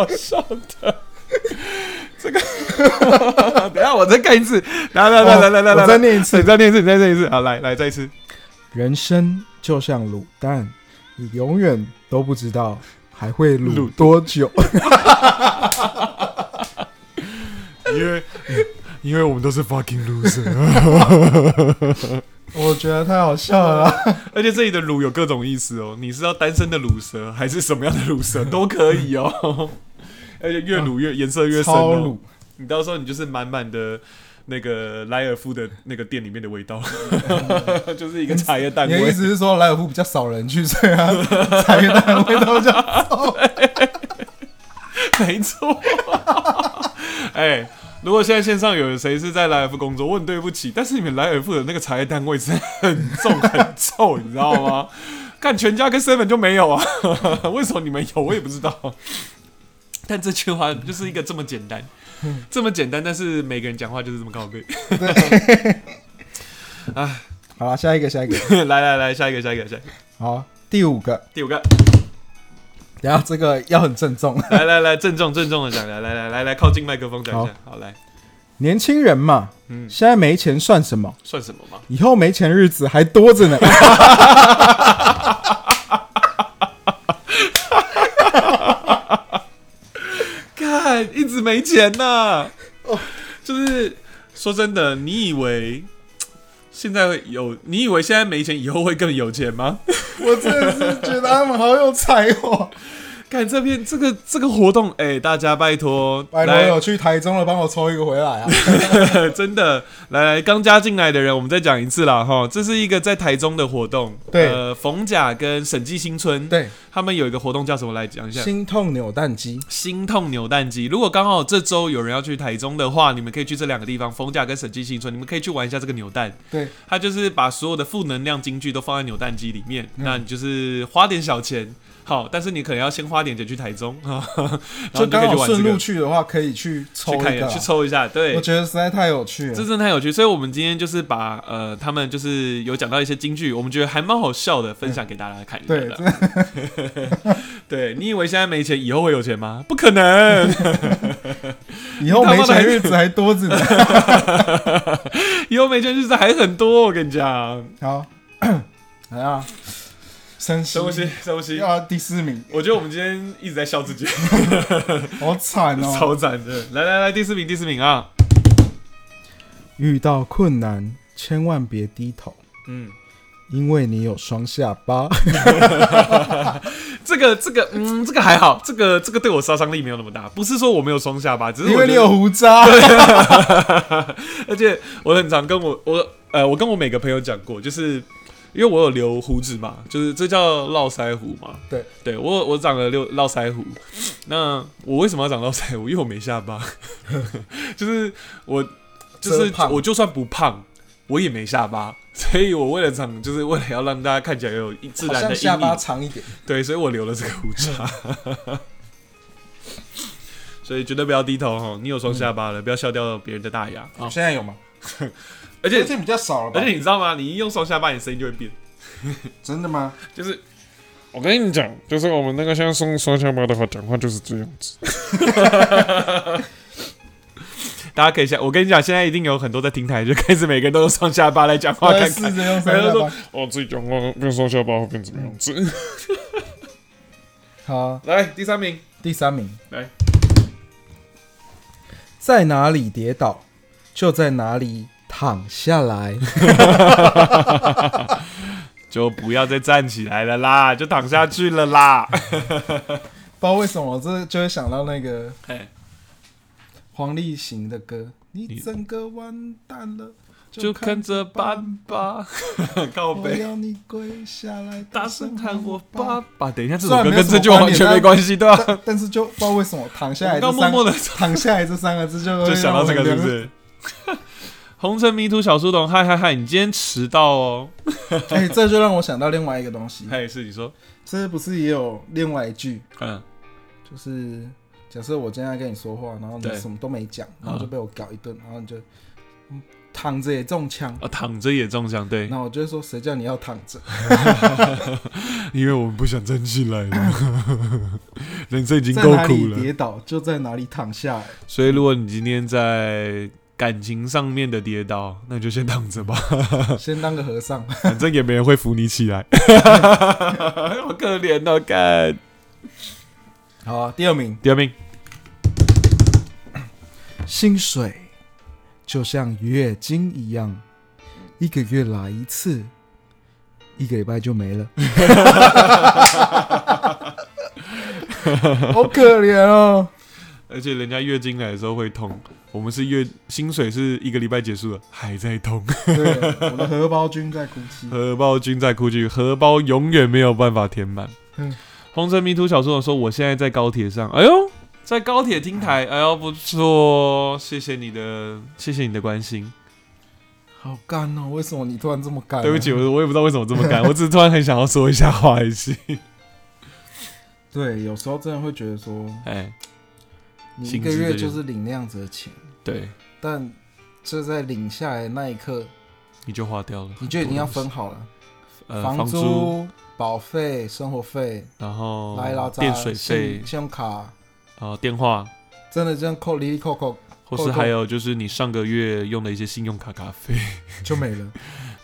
哦笑的。这个， 等一下我再看一次，来来来来来来来，我再念一次你。再念一次，你再念一次，好，来来再一次，人生就像卤蛋，你永远都不知道还会卤多久。因为 因为我们都是 fucking loser， 我觉得太好笑了啦。 而且这里的卤有各种意思哦，你是要单身的卤蛇，还是什么样的卤蛇都可以哦， 而且越卤越颜色越深超哦鲁，，你到时候你就是满满的。那个莱尔夫的那个店里面的味道，就是一个茶叶蛋你的意味。思是说莱尔夫比较少人去，所以 它茶叶蛋的味道比较没错。哎、如果现在线上有谁是在莱尔夫工作，我很对不起，但是你们莱尔夫的那个茶叶蛋味真的很重很臭，你知道吗？看全家跟 seven 就没有啊， 为什么你们有我也不知道。但这句话就是一个这么简单，这么简单，但是每个人讲话就是这么靠背。 好了，下一个，下一个，来来来，下一个，下一个，下一个，好，第五个，第五个，然后这个要很郑 重。来来来，郑重郑重的讲，来来来来来，靠近麦克风讲一下，好来，年轻人嘛，嗯，现在没钱算什么？算什么嘛？以后没钱日子还多着呢。看，一直没钱呐、哦，就是说真的，你以为现在有？你以为现在没钱，以后会更有钱吗？ 我真的是觉得他们好有才华。看这边这个这个活动，哎、大家拜托拜托来有，去台中了，帮我抽一个回来啊！ 真的来来，刚加进来的人，我们再讲一次啦哈。这是一个在台中的活动，对呃，逢甲跟审计新村，对，他们有一个活动叫什么来讲一下？ 心痛扭蛋机，心痛扭蛋机。如果刚好这周有人要去台中的话，你们可以去这两个地方，逢甲跟审计新村，你们可以去玩一下这个扭蛋。对，它就是把所有的负能量金句都放在扭蛋机里面，嗯那你就是花点小钱，好，但是你可能要先花点钱去台中， 然后就你就可刚以去好玩这顺个路，去的话，可以去抽去一看一下，个去。啊抽一下，对我。觉得实在太有趣这真了。的太有趣，所以我们今天就是把呃，他们就是有讲到一些京剧，我们觉得还蛮好笑的，分享给大家看一下对的。， 对你以为现在没钱，以后会有钱吗？不可能， 以后没钱日子还多着呢。以后没钱日子还很多，我跟你讲。好， 来啊，深深呼吸吸，，深呼吸。要第四名，我觉得我们今天一直在笑自己，好惨 哦！超赞的。来来来，第四名，第四名啊！遇到困难千万别低头，嗯，因为你有双下 巴。这个这个嗯，这个还好，这个这个对我杀伤力没有那么大。不是说我没有双下巴，只是我因为你觉得有，胡渣， 而且我很常跟我我呃，我跟我每个朋友讲过，就是。因为我有留胡子嘛，就是这叫络腮胡嘛。对，对我有我长了六络腮胡，那我为什么要长络腮胡？因为我没下巴， 就是我就是遮胖我就算不胖，我也没下巴，所以我为了长，就是为了要让大家看起来有一自好然的像阴下巴影，长一点。 对，所以我留了这个胡渣。 所以绝对不要低头哈，你有双下巴了，不要笑掉别人的大牙啊、现在有吗？而最且近比较少了吧而且？你知道吗？你一用双下巴，你声音就会变，真的吗？就是 我跟你讲，就是我们那个像送双下巴的话，讲话就是这样子。大家可以想，我跟你讲，现在一定有很多在听台就开始每个人都用双下巴来讲话我在看试看。着用三下巴。哦，自己讲话变双下巴会变怎么样子？好，来，第三名，第三名，来，在哪里跌倒，就在哪里躺下来。就不要再站起来了啦，就躺下去了啦。不知道为什么，我这就会想到那个哎黄立行的歌，你你整个完蛋了，就看着吧，办吧，靠我背，要你跪下来，大声喊我爸爸。爸。等一下，这虽首然歌没有跟什这么句话关完联全没关系，对吧、但但是就不知道为什么躺下来我这刚默三默的躺下来这三个字就 会就想到这个，让是我不联是？ 红尘迷途小书童，嗨嗨嗨！你今天迟到哦。 哎，这就让我想到另外一个东西，嗨，是你说，这不是也有另外一句，嗯，就是假设我今天在跟你说话，然后你对嗯什么都没讲，然后就被我搞一顿，然后你就嗯躺着也中枪，啊，躺着也中奖，对然，后我就会说谁叫你要躺着？ 因为我们不想站起来了， 人生已经在够哪苦里了。跌倒就在哪里躺下来。 所以，如果你今天在感情上面的跌倒，那你就先躺着吧，先当个和尚。反正也没人会扶你起来。 好可怜哦，干。好、啊，第二名，第二名，薪水就像月经一样，一个月来一次，一个礼拜就没了。 好可怜 哦！而且人家月经来的时候会痛，我们是月薪水是一个礼拜结束了，还在痛。对，我的荷包君在哭泣。荷包君在哭泣，荷包永远没有办法填满。嗯红尘迷途小说说，我现在在高铁上，哎呦，在高铁听台，哎呦不错，谢谢你的，谢谢你的关心。好干哦！为什么你突然这么干、对不起，。我我也不知道为什么这 么干，我只是突然很想要说一下话而已。对，有时候真的会觉得说， 哎，你一薪个资月这就件是领那样子的钱，对，但这在领下来的那一刻，你就花掉了，你就已经要分好了，呃房房租，租、保费、生活费、然后拉一拉杂、电水信费，信用卡，然后电话，真的这样扣零扣扣或够是够还有就是你上个月用的一些信用卡卡费，就没了。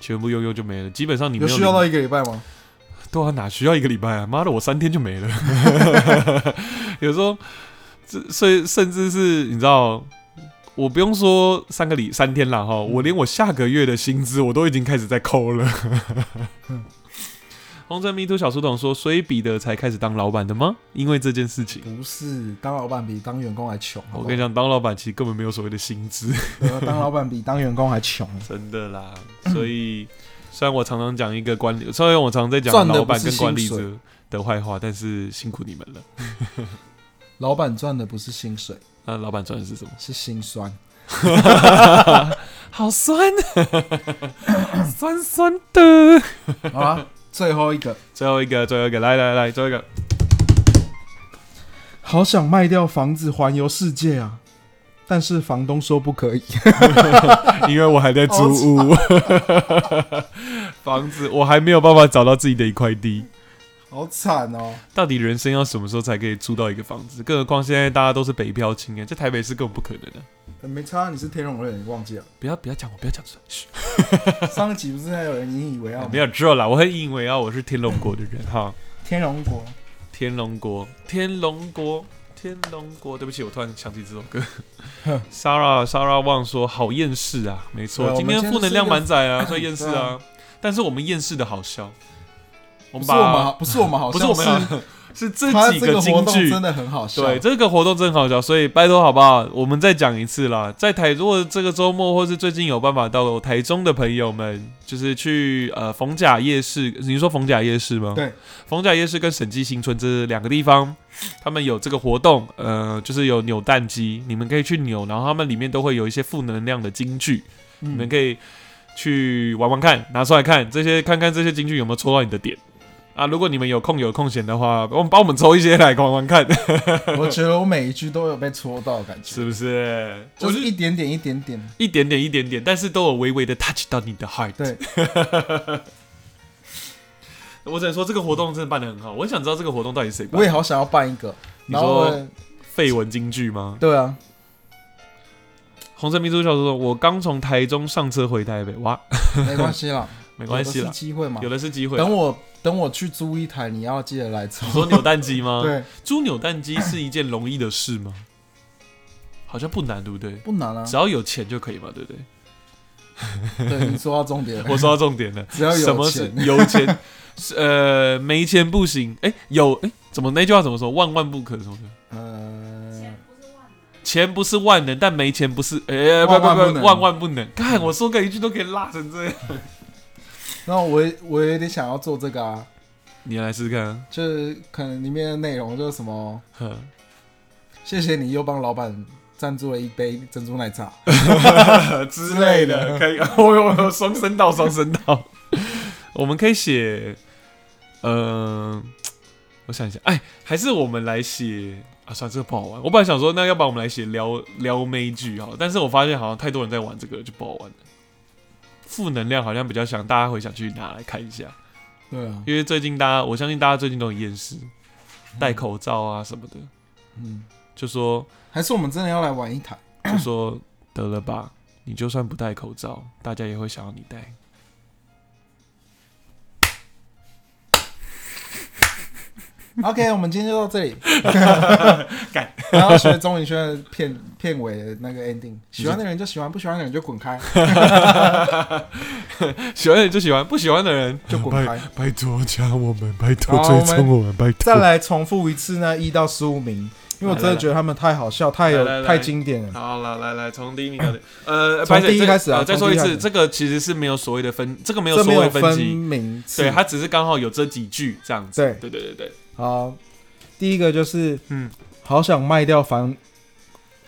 全部用用就没了，基本 上你没有有需要领到一个礼拜吗？对啊，哪需要一个礼拜啊？妈的，我三天就没了。 有时候，这所以甚至是你知道，我不用说三个礼三天了哈，嗯我连我下个月的薪资我都已经开始在扣了。嗯 红尘迷途小书童说：“所以彼得才开始当老板的吗？因为这件事情。不是，当老板比当员工还穷。好不好我 跟你讲，当老板其实根本没有所谓的薪资，对啊当老板比当员工还穷， 真的啦。所以， 虽然我常常讲一个管理，虽然我常常在讲赚的老板不是跟管理薪水者的坏话，但是辛苦你们了。老板赚的不是薪水，那老板赚的是什么？是心酸。 好酸， 酸酸的。好啦，最后一个，最后一个，最后一个，来来来，最后一个，好想卖掉房子环游世界啊，但是房东说不可以。因为我还在租屋， 房子我还没有办法找到自己的一块地。好惨哦！到底人生要什么时候才可以租到一个房子？更何况现在大家都是北漂青年，在台北是根本不可能的。没差，你是天龙人，你忘记了？不要不要讲我，不要讲出来嘘上一集不是还有人引以为傲吗？哦 没有，知道啦，我很以为啊，我是天龙国的人哈。天龙国，天龙国，天龙国，天龙国。对不起，我突然想起这首 歌。Sara Sara Wang 说：“好厌世啊，没错对，今天我们今天负能量满载 啊，所以厌世对啊。但是我们厌世的好笑，我不们是我们把好，不是我们好， 不是我们像是啊是他这几这个活京动剧真。的很好笑。对，这个活动真好笑，所以拜托好不好？我们再讲一次啦，在台如果这个周末或是最近有办法到台中的朋友们，就是去呃逢甲夜市，你说逢甲夜市吗？对，逢甲夜市跟审计新村这两个地方，他们有这个活动，呃，就是有扭蛋机，你们可以去扭，然后他们里面都会有一些负能量的金句，你们嗯，可以去玩玩看，拿出来看这些，看看这些金句有没有戳到你的点啊。如果你们有空有空闲的话，我们帮我们抽一些来玩玩看，我觉得我每一句都有被戳到，感觉是不是？就我是是一点点一点点。一点点一点点，但是都有微微的 touch 到你的 heart。对， 我只能说这个活动真的办得很好，我很想知道这个活动到底谁我也办。好想哦要办一个，你然后说我绯闻金句吗？对啊，红尘民族小说说，我刚从台中上车回台北，哇，没关系啦， 没关系有啦的是，机会嘛有。的是机会。啊等我等我去租一台，你要记得来抽你。说啊扭蛋机吗？， 对，租扭蛋机是一件容易的事吗？好像不难，对不对？不 难啊只。要有钱就可以嘛，对不对？对，你说到重 点了。我说到重点了，只要有什么是钱有钱？ 是呃，没钱不行。哎，有哎，怎么那句话怎么说？万万不可什么的？呃，钱不是万能，但没钱不是哎，不不万万不不，能万万不能。看我说个一句都可以拉成这样，那我也我也得想要做这个啊，你来试试看啊。就是可能里面的内容就是什么，呵谢谢你又帮老板赞助了一杯珍珠奶茶，呃之类的，可以。 我有我有双声道，双声道。我们可以写，呃，我想一想，哎，还是我们来写啊？算了，这个不好玩。我本来想说，那要不然我们来写撩撩妹剧好了，但是我发现好像太多人在玩这个，就不好玩了。负能量好像比较想大家会想去拿来看一下，对啊，因为最近大家，我相信大家最近都很厌世，戴口罩啊什么的，嗯，就说还是我们真的要来玩一 台，就说 得了吧，你就算不戴口罩，大家也会想要你戴。 OK，我们今天就到 这里。干，然后学钟宇轩的片片尾的那个 ending，喜欢的人就喜欢，不喜欢的人就滚 开，喜欢的人就喜欢，不喜欢的人就滚开。拜托加我们，拜托好追踪我我们，拜 再托。来重复一次那一到十五名，因为我真的觉得他们太好笑，太有来来来太经典了。好了，来来，从第一名开始，呃，从白姐第一这开始啊呃再从说第一一开次，始这个其实是没有所谓的分，这个没有这没所谓有分分级，名次，对，它只是刚好有这几句这样子，对对对对对，好，第一个就是嗯，好想卖掉房，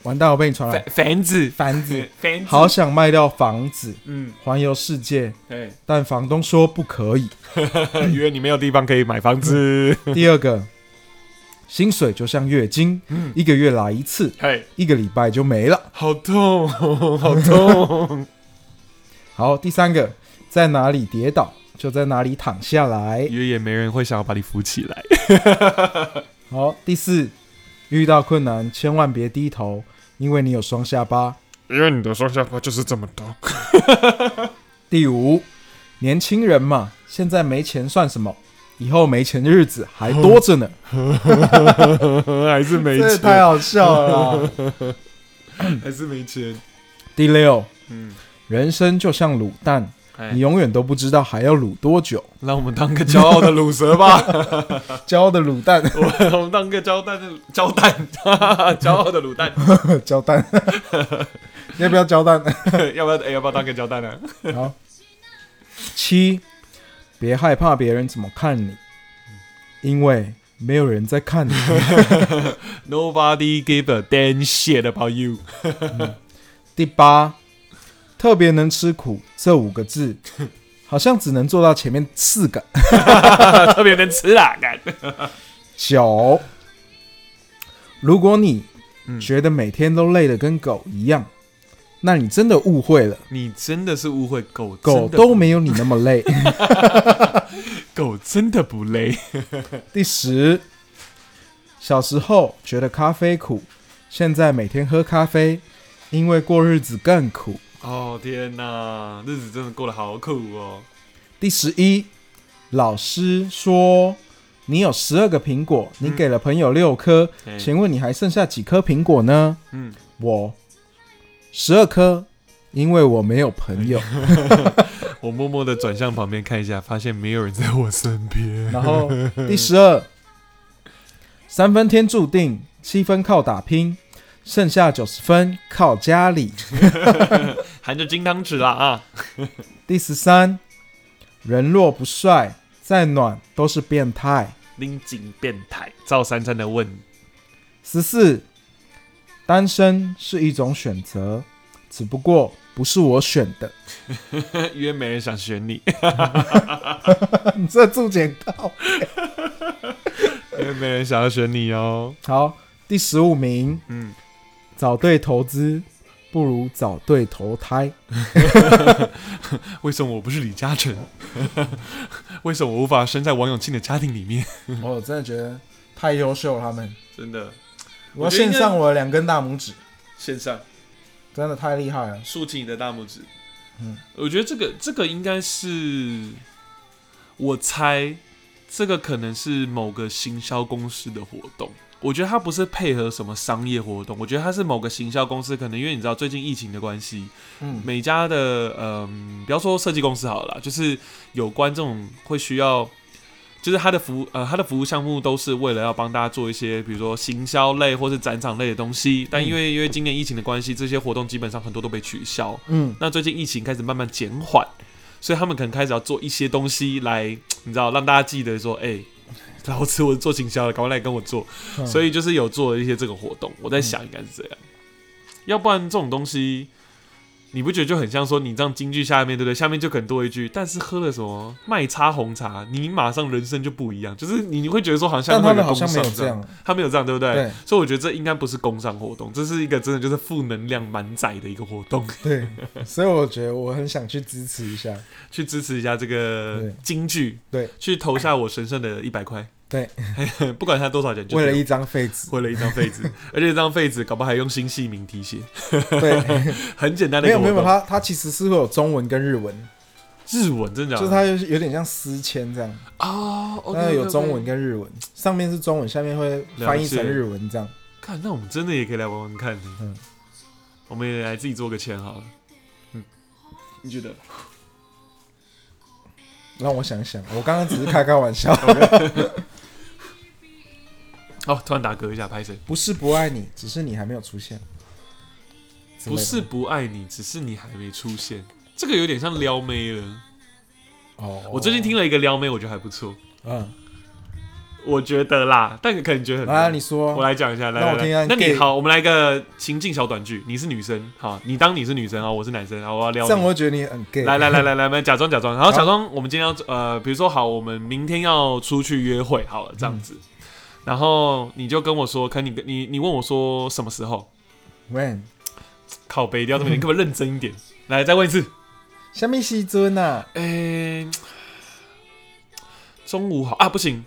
完蛋，我被你传房染。房子，房子，房子，好，想卖掉房子，嗯，环游世界，对，但房东说不 可以。因为你没有地方可以买房子，第二个，薪水就像月经，嗯，一个月来一次，嘿，一个礼拜就没了。好痛，好痛，好，第三个，在哪里跌倒就在哪里躺下来。因为也没人会想要把你扶起来，好，第四，遇到困难千万别低头，因为你有双下巴。因为你的双下巴就是这么 大。第五，年轻人嘛，现在没钱算什么？以后没钱的日子还多着呢，还是没哦这也太钱，好笑了啦。还是没钱， 第六，嗯，人生就像卤蛋，哎你，永远都不知道还要卤多 久。让我们当个骄傲的卤蛇吧。骄傲的卤蛋， 我我们当个胶蛋的胶蛋， 骄傲的卤蛋， 焦 蛋，要不要焦蛋？要不要？哎、要不要当个胶蛋呢、好，七，别害怕别人怎么看你，因为没有人在看 你。 n o b o d y give a damn shit about you。 第八，特别能吃苦这五个字，好像只能做到前面四个。特别能吃啦，干。九，如果你嗯觉得每天都累得跟狗一样，那你真的误会了，你真的是误会狗，狗真的都没有你那么累。 狗真的不累。第十，小时候觉得咖啡苦，现在每天喝咖啡，因为过日子更苦。哦天哪，日子真的过得好苦哦。第十一，老师说你有十二个苹果，你嗯给了朋友六颗，哎请问你还剩下几颗苹果呢？嗯，我十二颗，因为我没有朋友。我默默的转向旁边看一下，发现没有人在我身边。然后第十二，三分天注定，七分靠打拼，剩下九十分靠家里。含着金汤匙啦啊！第十三，人若不帅，再暖都是变态。拎紧变态，赵珊珊的问， 十四，单身是一种选择，只不过不是我选的。因为没人想选你， 你这注解到因为没人想要选你哦。好。第十五名，嗯。找对投资不如找对投胎。 为什么我不是李嘉诚？ 为什么我无法生在王永庆的家庭里面？我真的觉得太优秀了，他们，真的，我我要觉得应献该上我的两根大拇指，线上真的太厉害了。竖起你的大拇指。嗯，我觉得这个这个应该是，我猜这个可能是某个行销公司的活动。我觉得它不是配合什么商业活动，我觉得它是某个行销公司，可能因为你知道最近疫情的关系，嗯，每家的嗯，不要说设计公司好了啦，就是有关这种会需要，就是它的服务呃，它的服务项目都是为了要帮大家做一些，比如说行销类或是展场类的东西。但因为因为今年疫情的关系，这些活动基本上很多都被取消。嗯，那最近疫情开始慢慢减缓，所以他们可能开始要做一些东西来，你知道让大家记得说，哎、 老子我是做行销的，赶快来跟我做。所以以就是有做了一些这个活动，我在想应该是这样，要不然这种东西，你不觉得就很像说你这样京剧下面对不对？下面就可能多一句，但是喝了什么麦茶红茶，你马上人生就不一样，就是你你会觉得说好像但他们好会有像没有工这伤样，样，他没有这样对不对？对所以我觉得这应该不是工商活动，这是一个真的就是负能量满载的一个活动，对，所以我觉得我很想去支持一下。去支持一下这个对京剧，对，去投下我神圣的一百块，对， 不管它多少钱就为了丢一张废 纸，为了一张废 纸，而且这张废纸搞不好还用新系名题写。对，很简单的没一个有活没动，有，它它其实是会有中文跟日文，日文真的假就是的它有点像丝签这样，啊，哦那有中文。跟日文，上面是中文，下面会翻译成日文这样。看，那我们真的也可以来玩玩看。嗯我们也来自己做个签好了。嗯，你觉得？让我想想，我刚刚只是开开玩 笑，哦，突然打嗝一下，拍谁？不是不爱你，只是你还没有出现。之不类的是不爱你，只是你还没出现。这个有点像撩妹了。哦，我最近听了一个撩妹，我觉得还不错。嗯我觉得啦，但可能觉得很来啊，难你说我来讲一下，来那我来听下来，那你 gay 好，我们来一个情境小短剧。你是女生，好，你当你是女生啊，好我是男生，好，我要撩这你样。我会觉得你很 gay。来来来来来，我们假装假装，然后好假装我们今天要呃，比如说好，我们明天要出去约会，好了，这样子。然后你就跟我说，可你跟你你问我说什么时候？ ，when 靠背一定要这么点，你给我认真一点。来，再问一次。下面西尊呐，诶、中午好啊，不行，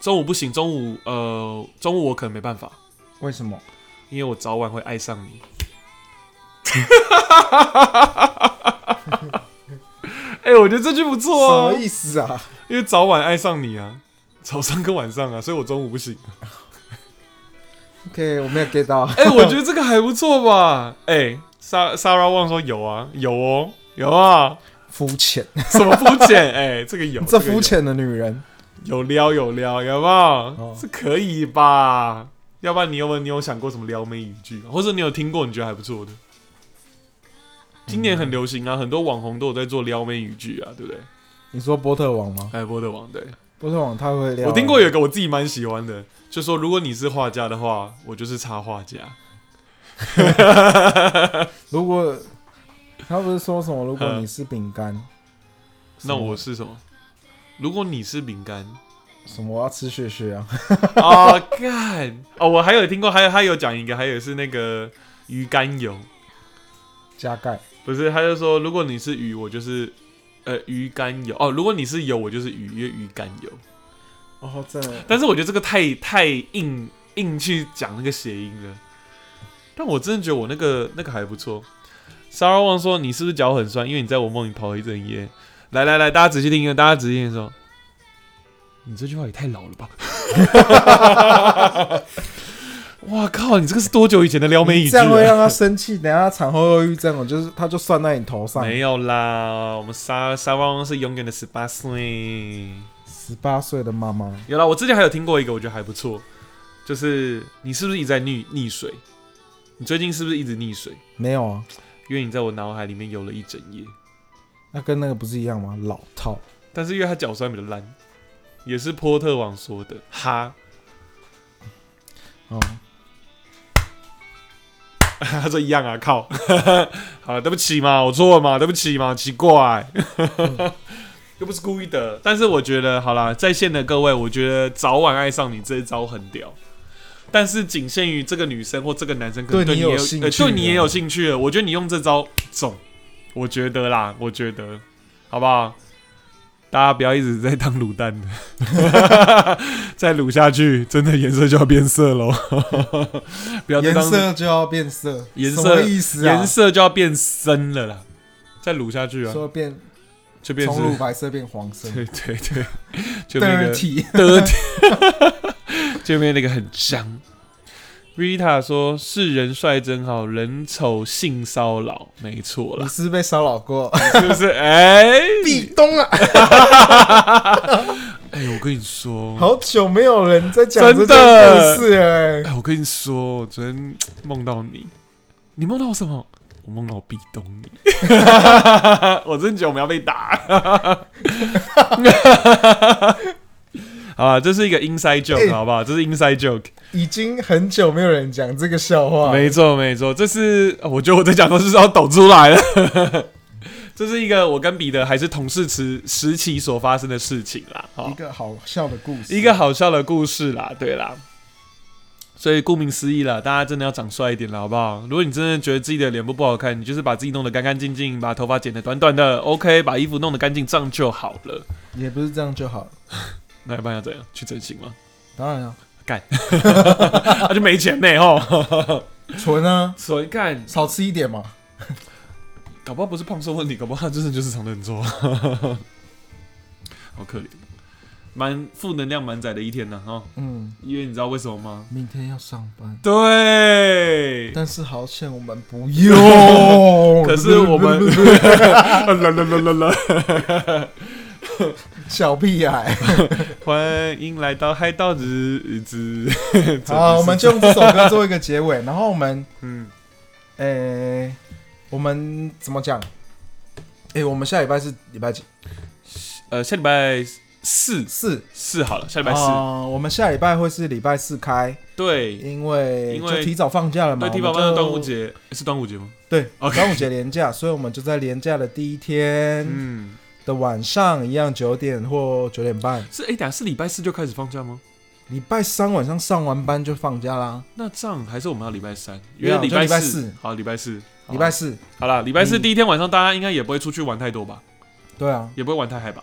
中午不行，中午呃，中午我可能没办法，为什么？因为我早晚会爱上 你。哎、我觉得这句不什错啊么，意思啊？因为早晚爱上你啊，早上跟晚上啊，所以我中午不行。 OK，我没有 get 到。 哎、我觉得这个还不错吧？ 哎、莎莎拉旺说有啊，有哦，有啊，肤浅，什么肤 浅？哎、这个有，这个有肤浅的女人，有撩有撩，有没有？哦这可以吧？要不然你有没有你有想过什么撩妹语句，或者你有听过你觉得还不错的？今年很流行啊，很多网红都有在做撩妹语句啊，对不对？嗯你说波特王吗？哎，波特王对，波特王他会撩。我听过有一个我自己蛮喜欢的，就说如果你是画家的话，我就是插画 家。如果他不是说什么，如果你是饼干，嗯那什么我是什么？如果你是饼干 什么我要吃血血啊？哦，干哦，我还有听过，还有他有讲一个，还有是那个鱼肝油，加盖不是，他就说如果你是鱼，我就是呃鱼肝油哦，如果你是油，我就是鱼，因为鱼肝油。哦，真的但是我觉得这个太太硬硬去讲那个谐音了，但我真的觉得我那个那个还不错。沙拉旺说：“你是不是脚很酸？因为你在我梦里跑了一整夜。”来来来，大家仔细听一下，大家仔细听说，你这句话也太老了吧！哇靠，你这个是多久以前的撩妹语句、这样会啊？让他生气，等下他产后忧郁症，我就是他就算在你头上。没有啦，我们沙沙拉旺是永远的十八岁。十八岁的妈妈，有啦，我之前还有听过一个，我觉得还不错，就是你是不是一直在溺溺水？你最近是不是一直溺水？没有啊？因为你在我脑海里面游了一整夜。那跟那个不是一样吗？老套，但是因为他脚酸比较烂，也是波特王说的哈，哦，他说一样啊，靠， 好了，对不起嘛，我错了嘛，对不起嘛，奇怪， 又不是故意的。但是我觉得，好啦，在线的各位，我觉得早晚爱上你这一招很屌。但是仅限于这个女生或这个男生，可能对对你你也有有兴呃趣对你了也有兴趣了。我觉得你用这招中，我觉得啦，我觉得，好不好？大家不要一直在当卤蛋 的，再卤下去，真的颜色就要变色喽。 不要再颜啊当色就要变色，颜色什么意思啊？颜色就要变深了啦，再卤下去啊，说变就变从乳是，白色变黄色 对对 对，就变那个，dirty。 dirty，就变那个很脏。Rita 说：“是人帅真好，人丑性骚扰，没错你啦，是不是被骚扰 过？是不是？哎、壁咚啊！哎、我跟你说， 好久没有人在讲这真件的事了、哎、我跟你说，我昨天梦到你，你梦到我什么？我梦到我壁咚你， 我真觉得我们要被打。好啊，这是一个 inside joke，、哎好不好？这是 inside joke。”已经很久没有人讲这个笑话。没错没错，这是呃我觉得我在讲都是要抖出来了。 这是一个我跟彼得还是同事时时期所发生的事情啦，一哦，个好笑的故事，一个好笑的故事啦，对啦。所以顾名思义了，大家真的要长帅一点了，好不好？如果你真的觉得自己的脸部不好看，你就是把自己弄得干干净净，把头发剪得短短的，OK，把衣服弄得干净，这样就好了。也不是这样就好了。那一般要怎样？去整形吗？当然啊，那、就没钱呢，吼。纯啊，哦所以干少吃一点嘛。搞不好不是胖瘦问题，搞不好他真的就是长得很丑， 好可怜，蛮负能量满载的一天呢、哦，嗯，因为你知道为什么吗？明天要上班，对，但是好险我们不用。 可是我们啦啦啦啦啦， 小 屁孩，欢迎来到嗨到日子。 好，我们就用这首歌做一个结尾，然后我们，嗯，呃、我们怎么讲？哎、我们下礼拜是礼拜几？呃，下礼拜四四，四好了，下礼礼拜四，我们下礼拜会是礼拜四开，对因为因为就提早放假了嘛，对，提哎我宝宝们的就端午，节是端午节吗？对， OK 端午节连假，所以我们就在连假的第一天嗯，的晚上，一样九点或九点半，是哎，等下是礼拜四就开始放假吗？礼拜三晚上上完班就放假啦，那这样还是我们要礼拜三，因没为有礼就礼拜四四，好，礼拜四，好啊礼拜四，好啦，礼拜四嗯第一天晚上，大家应该也不会出去玩太多吧，对啊，也不会玩太嗨吧？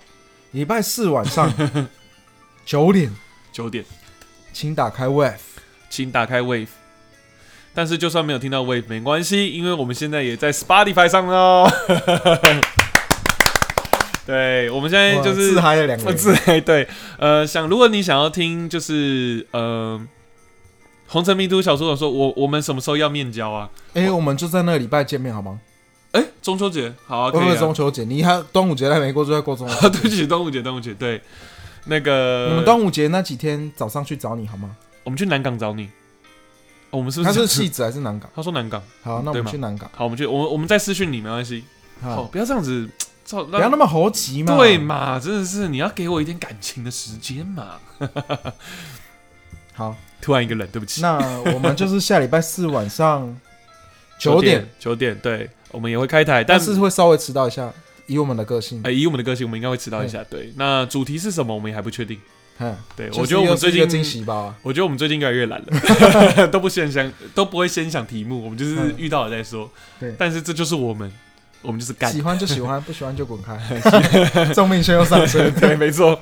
礼拜四晚上九点，九点，请打开 E Web，请打开 Wave。但是就算没有听到 Wave 没关系，因为我们现在也在 Spotify 上喽。 对，我们现在就是自嗨了两个呃，人，自嗨 对，呃，想如果你想要听，就是呃，红尘迷途小说有说，我我们什么时候要面交啊？哎、我们就在那个礼拜见面好吗？哎、中秋节，好啊，会可不以会啊。中秋节？你还有端午节还没过，就在过中啊，秋 对不节。起，端午节，端午节，对，那个我们端午节那几天早上去找你好吗？我们去南港找你。哦我们是不他是是讲？戏子还是南港？他说南港，好，那我对们嘛去南港。好，我们去，我们我们再私讯你，没关系。好，好，不要这样子，操，啊不要那么猴急嘛。对嘛，真的是你要给我一点感情的时间嘛。好，突然一个冷，对不起。那我们就是下礼拜四晚上九点，， 九点，对，我们也会开台，但但是会稍微迟到一下，以我们的个性哎、。以我们的个性，我们应该会迟到一下。对，那主题是什么，我们也还不确定。嗯，对，就是哎我觉得我又们是最一个惊近，喜啊吧。我觉得我们最近越来越懒 了， 都不先想，都不会先想题目，我们就是嗯遇到了再说。对但是这就是我们，我们就是干喜。欢就喜 欢，不喜欢就滚开。 钟明轩又上车，对，没错，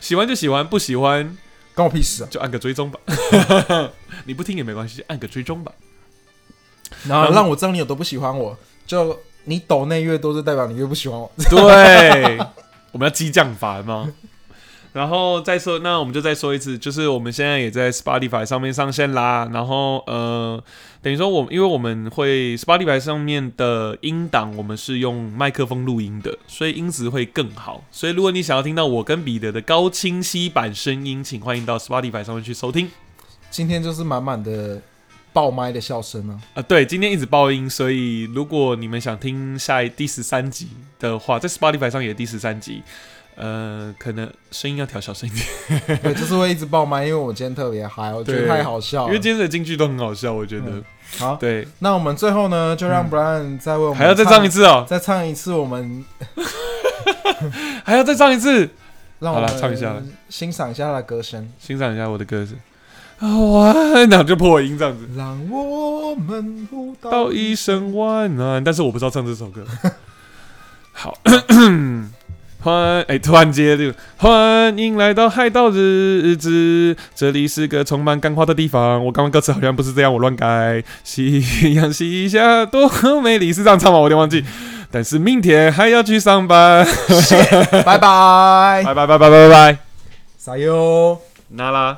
喜欢就喜欢，不喜欢 关我屁事啊！就按个追踪吧。 你不听也没关系，按个追踪吧。然后让我知道你有多不喜欢我，就你抖内越多，就代表你越不喜欢我。 对，我们要激将法吗？ 然后再说，那我们就再说一次，就是我们现在也在 Spotify 上面上线啦。然后呃，等于说我们因为我们会 Spotify 上面的音档，我们是用麦克风录音的，所以音质会更好。所以如果你想要听到我跟彼得的高清晰版声音，请欢迎到 Spotify 上面去收听。今天就是满满的爆麦的笑声啊！啊，对，今天一直爆音，所以如果你们想听下一第十三集的话，在 Spotify 上也有第十三集，呃，可能声音要调小声一点， 对，就是会一直爆麦，因为我今天特别嗨，我觉得对太好笑因了为。今天的京剧都很好笑，我觉得。嗯好，对，那我们最后呢，就让 Brian 再为我们嗯还要再唱一，次哦，再唱一次我们还要再唱一次，让我好啦们唱一下，欣赏一下他的歌声。欣赏一下我的歌声。啊，哇， 然后就破音这样子，让我们互道道一声晚安，但是我不知道唱这首歌。好， 欢哎、突然接就欢迎来到嗨到日子，这里是个充满干花的地方。我刚刚歌词好像不是这样，我乱改。夕阳西下多美丽，是这样唱吗？我有点忘记。但是明天还要去上班， 拜 拜，拜拜拜拜拜拜，撒哟。那拉。